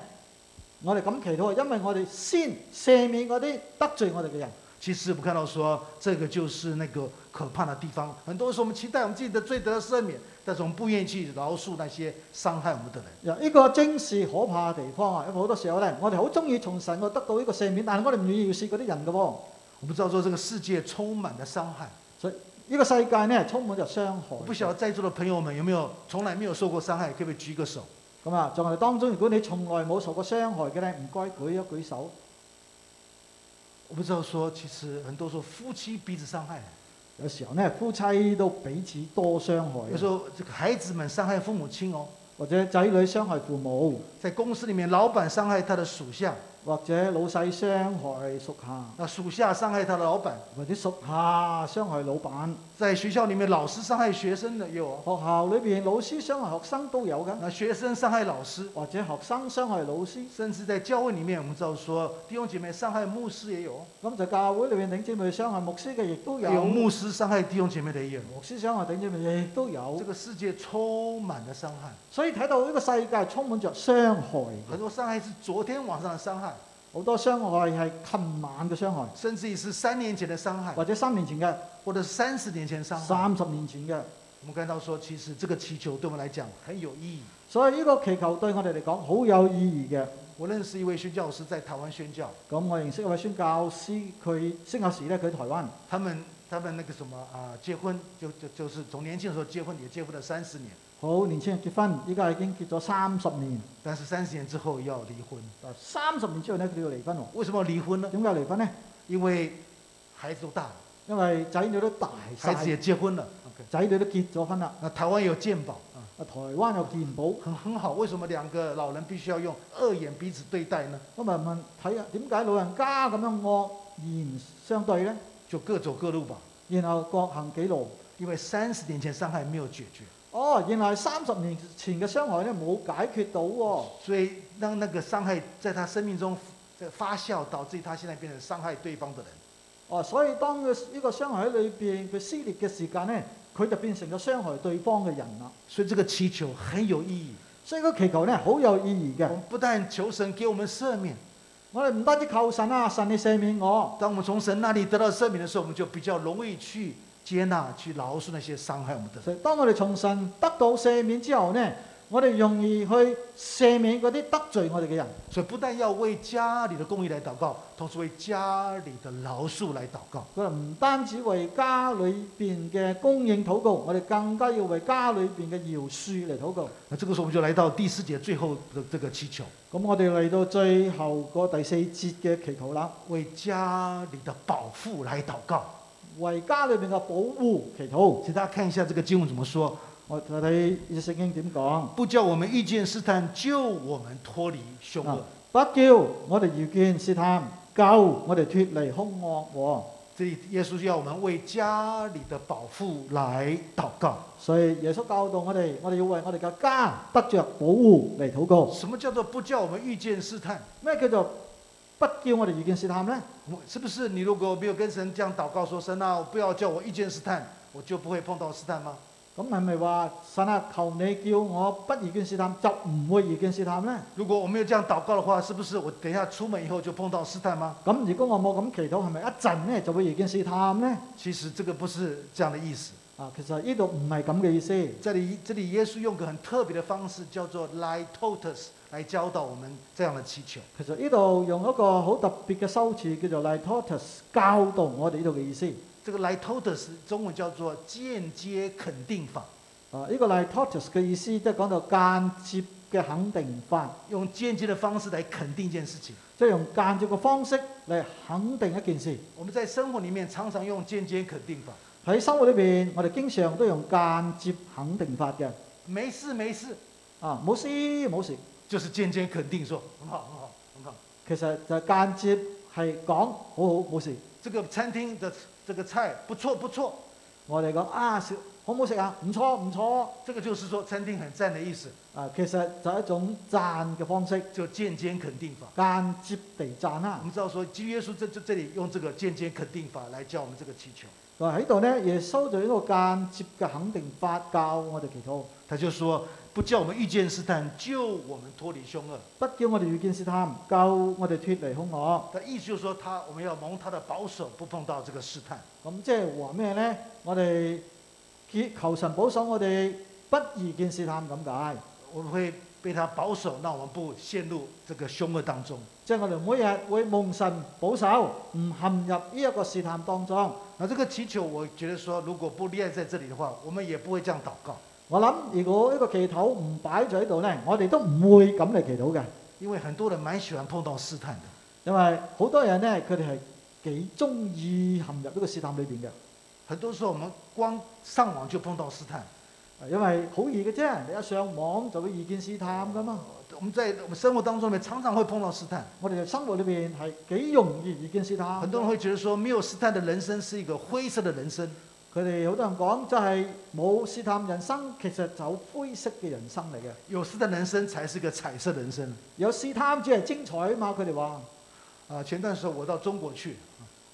S2: 我哋咁祈禱，因為我哋先赦免嗰啲得罪我哋嘅人。
S1: 其实我们看到说，这个就是那个可怕的地方。很多时候我们期待我们自己的罪得到赦免，但是我们不愿意去饶恕那些伤害我们的人。
S2: 嗱，呢個正是可怕嘅地方啊！因為好多時候咧，我哋好中意從神我得到呢個赦免，但係我哋唔願意要赦嗰啲人嘅喎。
S1: 我们知道说这个世界充满了伤害，
S2: 所以呢個世界呢，充滿咗傷害。
S1: 我不晓得在座的朋友们有没有從來沒有受過傷害，可不可以舉一個手？
S2: 咁啊，在我哋當中，如果你從來冇受過傷害嘅咧，唔該舉一舉手。
S1: 我不知道說，其實很多時候夫妻彼此傷害，
S2: 有時候呢，夫妻都彼此多傷
S1: 有時
S2: 害，
S1: 候这个孩子們傷害父母親哦，
S2: 或者仔女傷害父母，
S1: 在公司裡面，老闆傷害他的屬下，
S2: 或者老細傷害屬下，
S1: 那屬下傷害他的老闆，
S2: 或者屬下傷害老闆。
S1: 在學校裡面，老師傷害學生的也有哦，
S2: 學校裏邊老師傷害學生都有嘅，
S1: 那學生傷害老師，
S2: 或者學生傷害老師。
S1: 甚至在教會裡面，我們知道說弟兄姐妹傷害牧師也有哦，
S2: 咁就教會裏邊頂姊妹傷害牧師嘅亦都有，
S1: 有牧師傷害弟兄姐妹的也有哦，
S2: 牧師傷害頂姊妹亦都有
S1: 這。個世界充滿了傷害，
S2: 所以睇到呢個世界充滿着傷害，
S1: 很多傷害是昨天晚上的傷害。
S2: 好多傷害係琴晚嘅傷害，
S1: 甚至于是三年前的伤害，
S2: 或者三年前嘅、
S1: 或者是三十年前的伤害。
S2: 三十年前嘅。
S1: 我们看到说，其实这个祈求对我们来讲很有意义。
S2: 所以呢個祈求對我哋嚟講好有意義嘅。
S1: 我认识一位宣教师在台湾宣教，
S2: 咁我認識一位宣教師，佢宣教時咧，佢喺台灣，
S1: 他们他们那个什么啊、结婚就就就是从年轻的时候结婚，也结婚了三十年，
S2: 好年青人結婚，依家已經結咗三十年，
S1: 但是三十年之后要离婚。
S2: 但三十年之後咧佢要離婚喎。
S1: 为什么要离婚呢？
S2: 點解離婚咧？
S1: 因为孩子都大了，
S2: 因為仔女都大
S1: 孩子也
S2: 晒，
S1: 结婚了。OK，
S2: 仔女都結咗婚啦。
S1: 那台湾有健保啊，
S2: 啊，台灣有健保，
S1: 很很好。为什么两个老人必须要用二眼彼此对待呢？
S2: 咁咪問睇下點解老人家咁樣惡言相對咧？
S1: 就各走各路吧。
S2: 然後各行幾路。
S1: 因为三十年前傷害没有解决，
S2: 哦，原來三十年前嘅傷害咧冇解決到喎、
S1: 所以让那个伤害在他生命中在发酵，导致他现在变成伤害对方的人。
S2: 哦，所以當佢呢個傷害喺裏邊，佢撕裂嘅時間咧，佢就變成咗傷害對方嘅人啦。
S1: 所以这个祈求很有意义。
S2: 所以個祈求咧好有意義
S1: 我
S2: 嘅。
S1: 们不但求神给我们赦免，
S2: 我哋唔單止求神啊，神你赦免我。
S1: 当我们从神那里得到赦免的时候，我们就比较容易去接纳、去饶恕那些伤害我们的人。
S2: 所以當我哋從神得到赦免之後咧，我哋容易去赦免嗰啲得罪我哋嘅人。
S1: 所以不但要为家里的公益来祷告，同时为家里的饶恕来祷告。
S2: 佢話唔單止為家裏邊嘅供應禱告，我哋更加要為家裏邊嘅饒恕嚟禱告。
S1: 那这个时候我们就来到第四节最后的这个祈求，
S2: 咁我哋嚟到最後個第四節嘅祈禱啦，
S1: 为家里的保护来祷告。
S2: 為家裏邊嘅保護祈禱。
S1: 请大家看一下这个经文怎么说：
S2: 我睇睇《聖經》點講，
S1: 不叫我们遇见试探，救我们脱离凶恶。
S2: 啊不叫我哋遇見試探，救我哋脱離兇惡喎。
S1: 这里耶稣要我们为家里的保护来祷告。
S2: 所以耶穌教導我哋，我哋要為我哋嘅家得着保護嚟禱告。
S1: 什么叫做不叫我们遇见试探？
S2: 咩叫做不叫我哋遇見試探呢？
S1: 我是不是你如果没有跟神这样祷告说神啊，不要叫我遇见试探，我就不会碰到试探吗？
S2: 咁係咪話神啊？求你叫我不遇見試探，就唔會遇見試探呢？
S1: 如果我没有这样祷告的话，是不是我等一下出门以后就碰到试探吗？
S2: 咁如果我冇咁祈禱，係咪一陣呢就會遇見試探呢？
S1: 其实这个不是这样的意思。
S2: 啊，其實呢度唔係咁嘅意思。
S1: 这里这里耶稣用个很特别的方式，叫做 litotus 来教导我们这样的祈求。
S2: 其實呢度用一個好特別嘅修辭叫做 litotus 教導我哋呢度嘅意思。
S1: 这个 litotus 中文叫做间接肯定法，
S2: 啊，呢個 litotus 嘅意思即係講到間接嘅肯定法，
S1: 用间接的方式来肯定一件事情。
S2: 即係用間接嘅方式嚟肯定一件事。
S1: 我们在生活里面常常用间接肯定法，
S2: 喺生活裏邊，我哋經常都用間接肯定法嘅。
S1: 没事没事，
S2: 啊，冇事冇事，
S1: 就是间接肯定说很好很好很好。
S2: 其實就係間接係講好好冇事。
S1: 这个餐厅的这个菜不错不错，
S2: 我哋講啊，食好唔好食啊？唔錯唔錯。
S1: 这个就是说餐厅很赞的意思，
S2: 啊，其實就係一種讚嘅方式，
S1: 就间接肯定法。
S2: 間接地讚啦
S1: 我。们知道说，基督耶稣这这这里用这个间接肯定法来教我们这个祈求，
S2: 嗱喺度咧，耶穌就用一個間接嘅肯定法教我哋祈禱，
S1: 他就说不叫我们遇见试探，救我们脱离凶恶。
S2: 不叫我哋遇見試探，救我哋脱離兇惡。
S1: 他意思就是说他我们要蒙他的保守，不碰到这个试探。
S2: 咁即係話咩咧？我哋結求神保守我哋不遇見試探咁解，
S1: 我们会被他保守，让我们不陷入这个凶恶当中。
S2: 即係我哋每日會蒙神保守，唔陷入呢一個試探當中。
S1: 那这个祈求，我觉得说，如果不列在这里的话，我们也不会这样祷告，
S2: 我諗如果呢個祈禱唔擺咗喺度咧，我哋都唔會咁嚟祈禱嘅，
S1: 因为很多人蛮喜欢碰到试探的。
S2: 因為好多人咧佢哋係幾中意陷入呢個試探裏邊嘅。
S1: 很多时候我们光上网就碰到试探，
S2: 啊因為好易嘅啫，你一上網就會遇見試探噶嘛。
S1: 我们在我们生活当中里面常常会碰到试探。
S2: 我哋生活裏邊係幾容易遇見試探。
S1: 很多人會覺得說，沒有試探的人生是一個灰色的人生，
S2: 佢哋好多人講，就係冇試探人生，其實就好灰色嘅人生嚟嘅。
S1: 有試探的人生才是一個彩色人生。
S2: 有試探只係精彩啊嘛，佢哋話。
S1: 啊，前段時候我到中國去，
S2: 誒，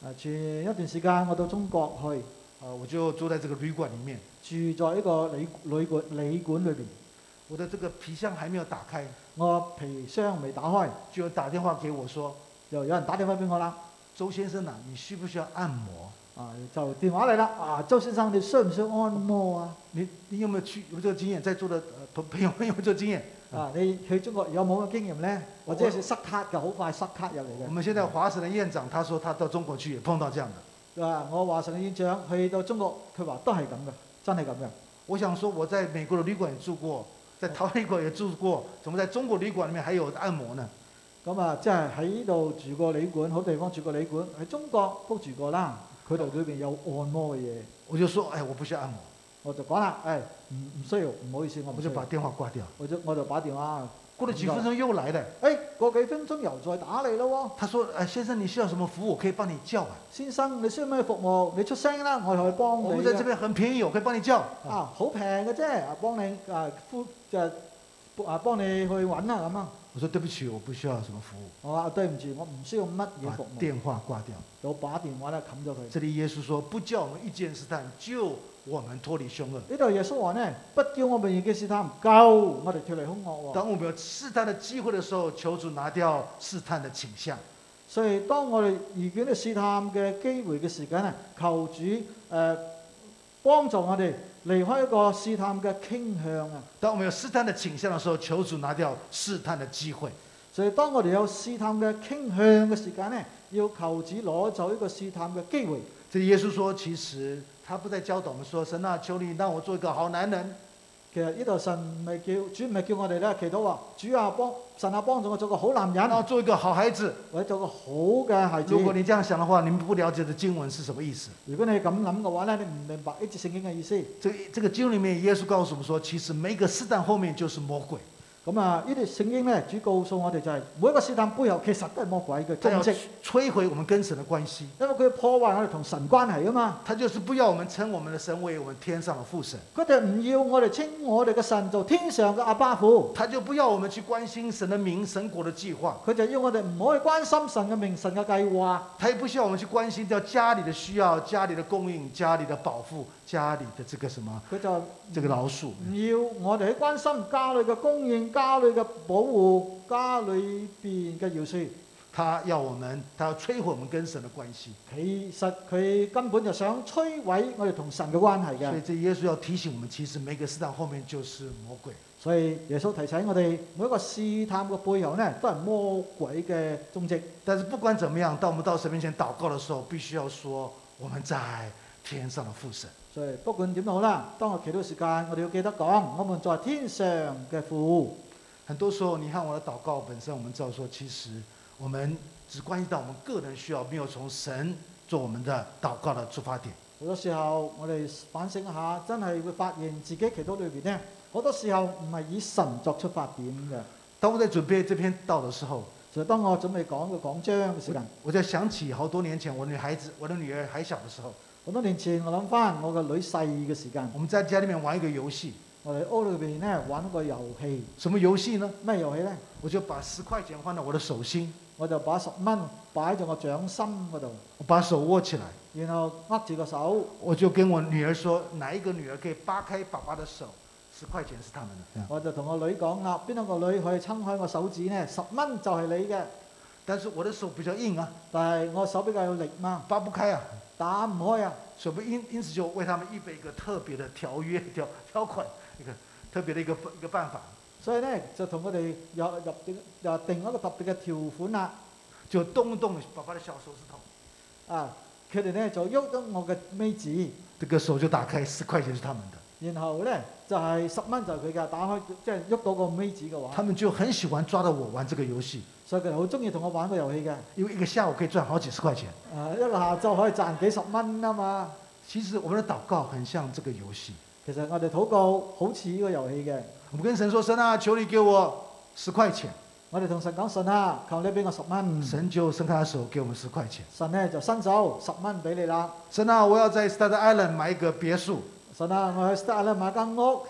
S2: 啊前一段時間我到中國
S1: 啊，我就住在這個旅館裡面，
S2: 去，住在一個旅旅館旅館裏邊，
S1: 我的這個皮箱還沒有打開，
S2: 我皮箱未打開，
S1: 就有打電話給我說，
S2: 又有人打電話俾我啦。
S1: 周先生啊，你需不需要按摩？
S2: 啊，就電話嚟啦。啊，周先生，你需唔需要按摩啊？
S1: 你你有沒有去有這個經驗？在座的呃朋朋友們有沒有這個經驗？
S2: 啊，你去中國有冇咁經驗咧？
S1: 我
S2: 或者係塞卡嘅，好快塞卡入嚟
S1: 我
S2: 嘅。
S1: 們現在華神的院長他說他到中國去也碰到這樣的，
S2: 啊，我華神嘅院長去到中國，佢話都係咁嘅，真係咁嘅。
S1: 我想说，我在美国的旅馆也住过，在台湾旅馆也住过，怎么在中国旅馆里面还有按摩呢？
S2: 咁啊，即係喺度住過旅館，好多地方住過旅館，喺中國都住過啦。佢哋裏邊有按摩嘅嘢，
S1: 我就说，哎，我不需要按摩，
S2: 我就講啦，誒、唔唔需要，唔好意思，我
S1: 我
S2: 唔需
S1: 就
S2: 要
S1: 把，电话挂掉。
S2: 我就我就打電話，
S1: 过了几分钟又来了，
S2: 誒、過幾分鐘又再打你咯
S1: 他说，哎，先生，你需要什么服务？我可以帮你叫啊。
S2: 喎，先生你需要咩服務？你出聲啦，我哋去幫
S1: 我
S2: 你啊
S1: 们在这
S2: 嘅。
S1: 边很便宜，我可以帮你叫。啊，
S2: 啊，好平嘅啫，啊幫你啊呼就啊幫你去揾啊咁啊。
S1: 我说对不起，我不需要什么服务，
S2: 我話啊對唔住，我唔需要乜嘢
S1: 把
S2: 服務，
S1: 电话挂掉。
S2: 就把電話咧冚咗佢。
S1: 这里耶稣说，不叫我们遇见试探，救我们脱离凶恶。
S2: 呢度耶穌話呢，不叫我們遇見試探，救我哋脱離兇惡喎。
S1: 当我们有试探的机会的时候，求主拿掉试探的倾向。
S2: 所以當我哋遇見嘅試探嘅機會嘅時間咧，求主誒、呃、幫助我哋離開一個試探嘅傾向啊！
S1: 当我们有试探的倾向的时候，求主拿掉试探的机会。
S2: 所以當我哋有試探嘅傾向嘅時間咧，要求主攞走呢個試探嘅機會。
S1: 这里耶稣说，其实他不在教导我们说，神啊，求你让我做一个好男人，
S2: 其實呢度神唔係叫主唔係叫我哋咧祈禱話，主啊幫神啊幫助我做個好男
S1: 然后
S2: 人，
S1: 做一个好孩子。
S2: 或者做個好嘅孩子。
S1: 如果你这样想的话，你们不了解的经文是什么意思？
S2: 如果你咁諗嘅話咧，你唔明白呢節聖經嘅意思。
S1: 这个这个经文里面，耶稣告诉我们说，其实每一个试探后面就是魔鬼，
S2: 咁啊，呢段聖經咧，主告訴我哋就係、每一個試探背後其實都係魔鬼嘅
S1: 他
S2: 攻
S1: 要
S2: 擊，
S1: 摧毁我们跟神的关系，
S2: 因為佢破壞我哋同神關係啊嘛。
S1: 他就是不要我们称我们的神为我们天上的父神，
S2: 佢哋唔要我哋稱我哋嘅神做天上嘅阿巴父，
S1: 他就不要我们去关心神的名、神国的计划，
S2: 佢就要我哋唔好去關心神嘅名、神嘅計劃，
S1: 他也不需要我们去关心掉家里的需要、家里的供应、家里的保护、家里的这个什么
S2: 佢就
S1: 这个老鼠。
S2: 唔要我哋去關心家裏嘅供應、家裏嘅保護、家裏邊嘅饒恕。
S1: 他要我们，他要摧毁我们跟神的关系，
S2: 其實佢根本就想摧毀我哋同神嘅關係嘅
S1: 所。以这耶稣要提醒我们，其实每个试探后面就是魔鬼。
S2: 所以耶穌提醒我哋，每一個試探嘅背後呢，都係魔鬼嘅蹤跡。
S1: 但是不管怎么样，当我们到神面前祷告的时候，必须要说我们在天上的父神。
S2: 所以不管點都好啦，當我祈禱時間，我哋要記得講，我們在天上嘅父。
S1: 很多时候，你看我的祷告本身，我们知道说，其实我们只关系到我们个人需要，没有从神做我们的祷告的出发点。
S2: 好多時候我哋反省一下，真係會發現自己祈禱裏邊呢，好多時候唔係以神作出發點嘅。
S1: 当我在准备这篇道的时候，
S2: 所以當我準備講個講章嘅時間，
S1: 我在想起好多年前我的女孩子，我的女儿还小的时候，
S2: 好多年前我諗翻我個女細嘅時間，
S1: 我们在家里面玩一个游戏，
S2: 我哋屋裏邊呢玩個遊戲，
S1: 什么游戏呢？
S2: 咩遊戲呢？
S1: 我就把十块钱放到我的手心，
S2: 我就把十蚊擺咗我掌心嗰度。
S1: 我把手握起来，
S2: 然後握住個手，
S1: 我就跟我女儿说，哪一个女儿可以扒开爸爸的手，十块钱是他们的。这样
S2: 我就同個女講啦：邊一個女可以撐開我手指呢？十蚊就係你嘅，
S1: 但是我的手比较硬啊，
S2: 但係我手比較有力嘛，
S1: 扒不开啊，
S2: 打唔開啊！
S1: 所以因因此就为他们预备一个特别的条约 条条款，一个特别的一个一个办法，
S2: 所以呢，就同佢哋又入定又定一個特別嘅條款啦。
S1: 就动一动爸爸的小手指头，
S2: 啊，佢哋呢就喐咗我嘅尾指，
S1: 这个手就打开，十块钱是他们的。
S2: 然後呢，就係十蚊就係佢嘅，打開即係喐到個尾指嘅
S1: 他
S2: 話，
S1: 们就很喜欢抓到我玩这个游戏，
S2: 所以佢哋好中意同我玩個遊戲嘅。
S1: 因为一个下午可以赚好几十块钱。
S2: 啊，一個下晝可以賺幾十蚊啊嘛。
S1: 其实我们的祷告很像这个游戏，
S2: 其實我哋禱告好似呢個遊戲嘅，
S1: 我们跟神说：“神啊，求你给我十块钱。
S2: 我哋同神講神啊，求你俾我十蚊。
S1: 神就伸开他手给我们十块钱。
S2: 神咧就伸手十蚊俾你啦。
S1: 神啊，我要在 Staten Island 买一个别墅，
S2: 神啊，我去 start 咧買間屋，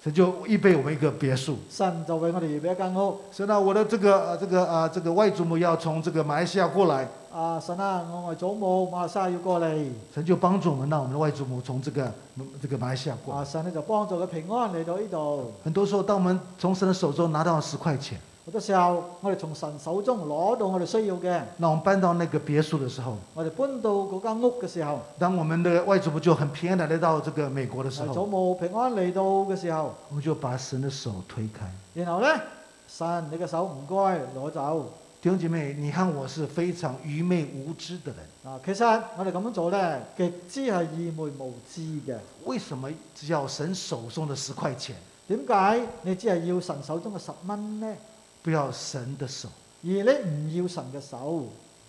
S1: 神就预备我们一个別墅。
S2: 神就為我哋預備一間屋。
S1: 神啊，我的这个呃这个啊、呃这个外祖母要从这个马来西亚过來，
S2: 啊，神啊，我外祖母馬來西亞要過嚟，
S1: 神就帮助我们，让我们的外祖母从这个这个马来西亚过來。
S2: 啊神咧就幫助佢平安嚟到呢度。
S1: 很多时候，当我们从神的手中拿到十块钱，
S2: 好多時候我哋從神手中攞到我哋需要嘅，
S1: 那我们搬到那个別墅的时候，
S2: 我哋搬到嗰間屋嘅時候，
S1: 当我们的外祖母就很平安的来到这个美国的时
S2: 外祖
S1: 候，
S2: 母平安嚟到嘅時候，
S1: 我们就把神的手推开，
S2: 然後咧神你嘅手唔該攞走，
S1: 弟兄姐妹，你和我是非常愚昧无知的人，
S2: 啊，其實我哋咁樣做咧，極之係愚昧無知嘅。
S1: 为什么只要神手中的十块钱，
S2: 點解你只係要神手中嘅十蚊呢？
S1: 不要神的手？
S2: 而你唔要神嘅手。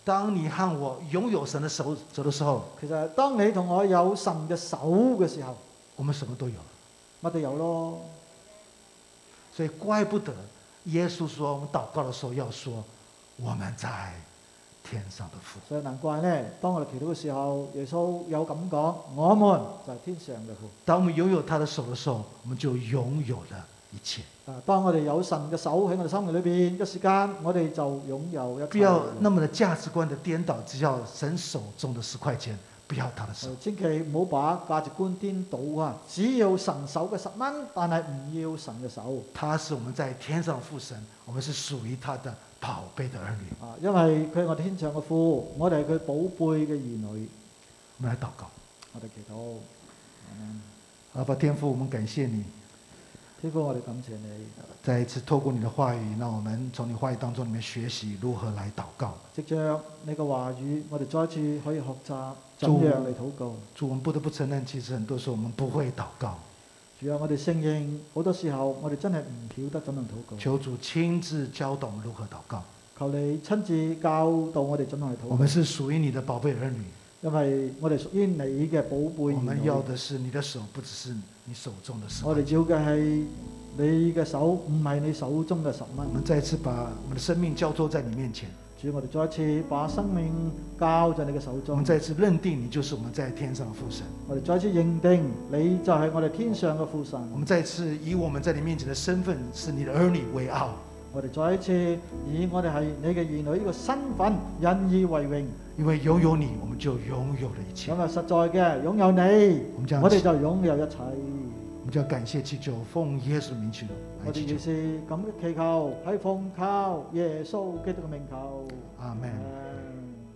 S1: 当你和我拥有神的手手的时候，
S2: 其實當你同我有神嘅手嘅時候，
S1: 我们什么都有了。
S2: 乜都有咯。
S1: 所以怪不得耶稣说，我们祷告的时候要说我们在天上的父。
S2: 所以難怪咧，當我哋祈禱嘅時候，耶穌有咁講：我們就係天上嘅父。
S1: 当我们拥有他的手的时候，我们就拥有了一切。
S2: 啊，當我哋有神嘅手喺我哋生命裏邊嘅時間，我哋就擁有一
S1: 不要那
S2: 切
S1: 么的價值觀的顛倒，只要神手中的十塊錢，不要他的手
S2: 呃。千祈唔好把價值觀顛倒啊！只要神手嘅十蚊，但係唔要神嘅手
S1: 他是我们在天上父神，我们是屬於他的寶貝的兒女。
S2: 啊，因為佢係我哋天上嘅父，我哋係佢寶貝嘅兒女。
S1: 我们来禱告，
S2: 我哋祈禱，嗯
S1: 阿爸天父，我们感謝你，
S2: 天父，我哋感謝你，
S1: 再一次透過你的話語，让我们從你話語當中里面學習如何來禱告。
S2: 藉着你嘅話語，我哋再一次可以學習怎
S1: 做
S2: 樣嚟禱告。
S1: 主，我们不得不承認，其實很多時候我們不會禱告，
S2: 主啊，我哋承認好多時候，我哋真係唔曉得怎樣禱告。
S1: 求主親自教導我們如何禱告。
S2: 求你親自教導我哋怎樣去禱
S1: 我
S2: 告
S1: 們，是屬於你的寶貝兒女，
S2: 因為我哋屬於你嘅寶貝
S1: 我
S2: 兒
S1: 們
S2: 女。
S1: 要的是你的手，不只是你手中的十塊
S2: 我
S1: 錢
S2: 哋要嘅係你嘅手，唔係你手中嘅十蚊
S1: 我。们再次把我们的生命交托在你面前，
S2: 主，我哋再一次把生命交在你嘅手
S1: 我
S2: 中
S1: 们。再次认定你就是我们在天上的父神，
S2: 我哋再一次認定你就係我哋天上嘅父神。
S1: 我们再次以我们在你面前的身份是你的儿女为傲，
S2: 我哋再一次以我哋係你嘅兒女呢個身份引以為榮。
S1: 因为拥有你，我们就拥有了一切
S2: 咁。啊，實在嘅擁有你，
S1: 我们这样
S2: 我
S1: 子
S2: 哋就擁有一切。
S1: 我们就要感谢祈求，奉耶稣名求，来
S2: 我哋
S1: 祈
S2: 於
S1: 求，
S2: 是咁嘅祈求，係奉靠耶穌基督嘅名求。
S1: 阿门。
S2: Amen.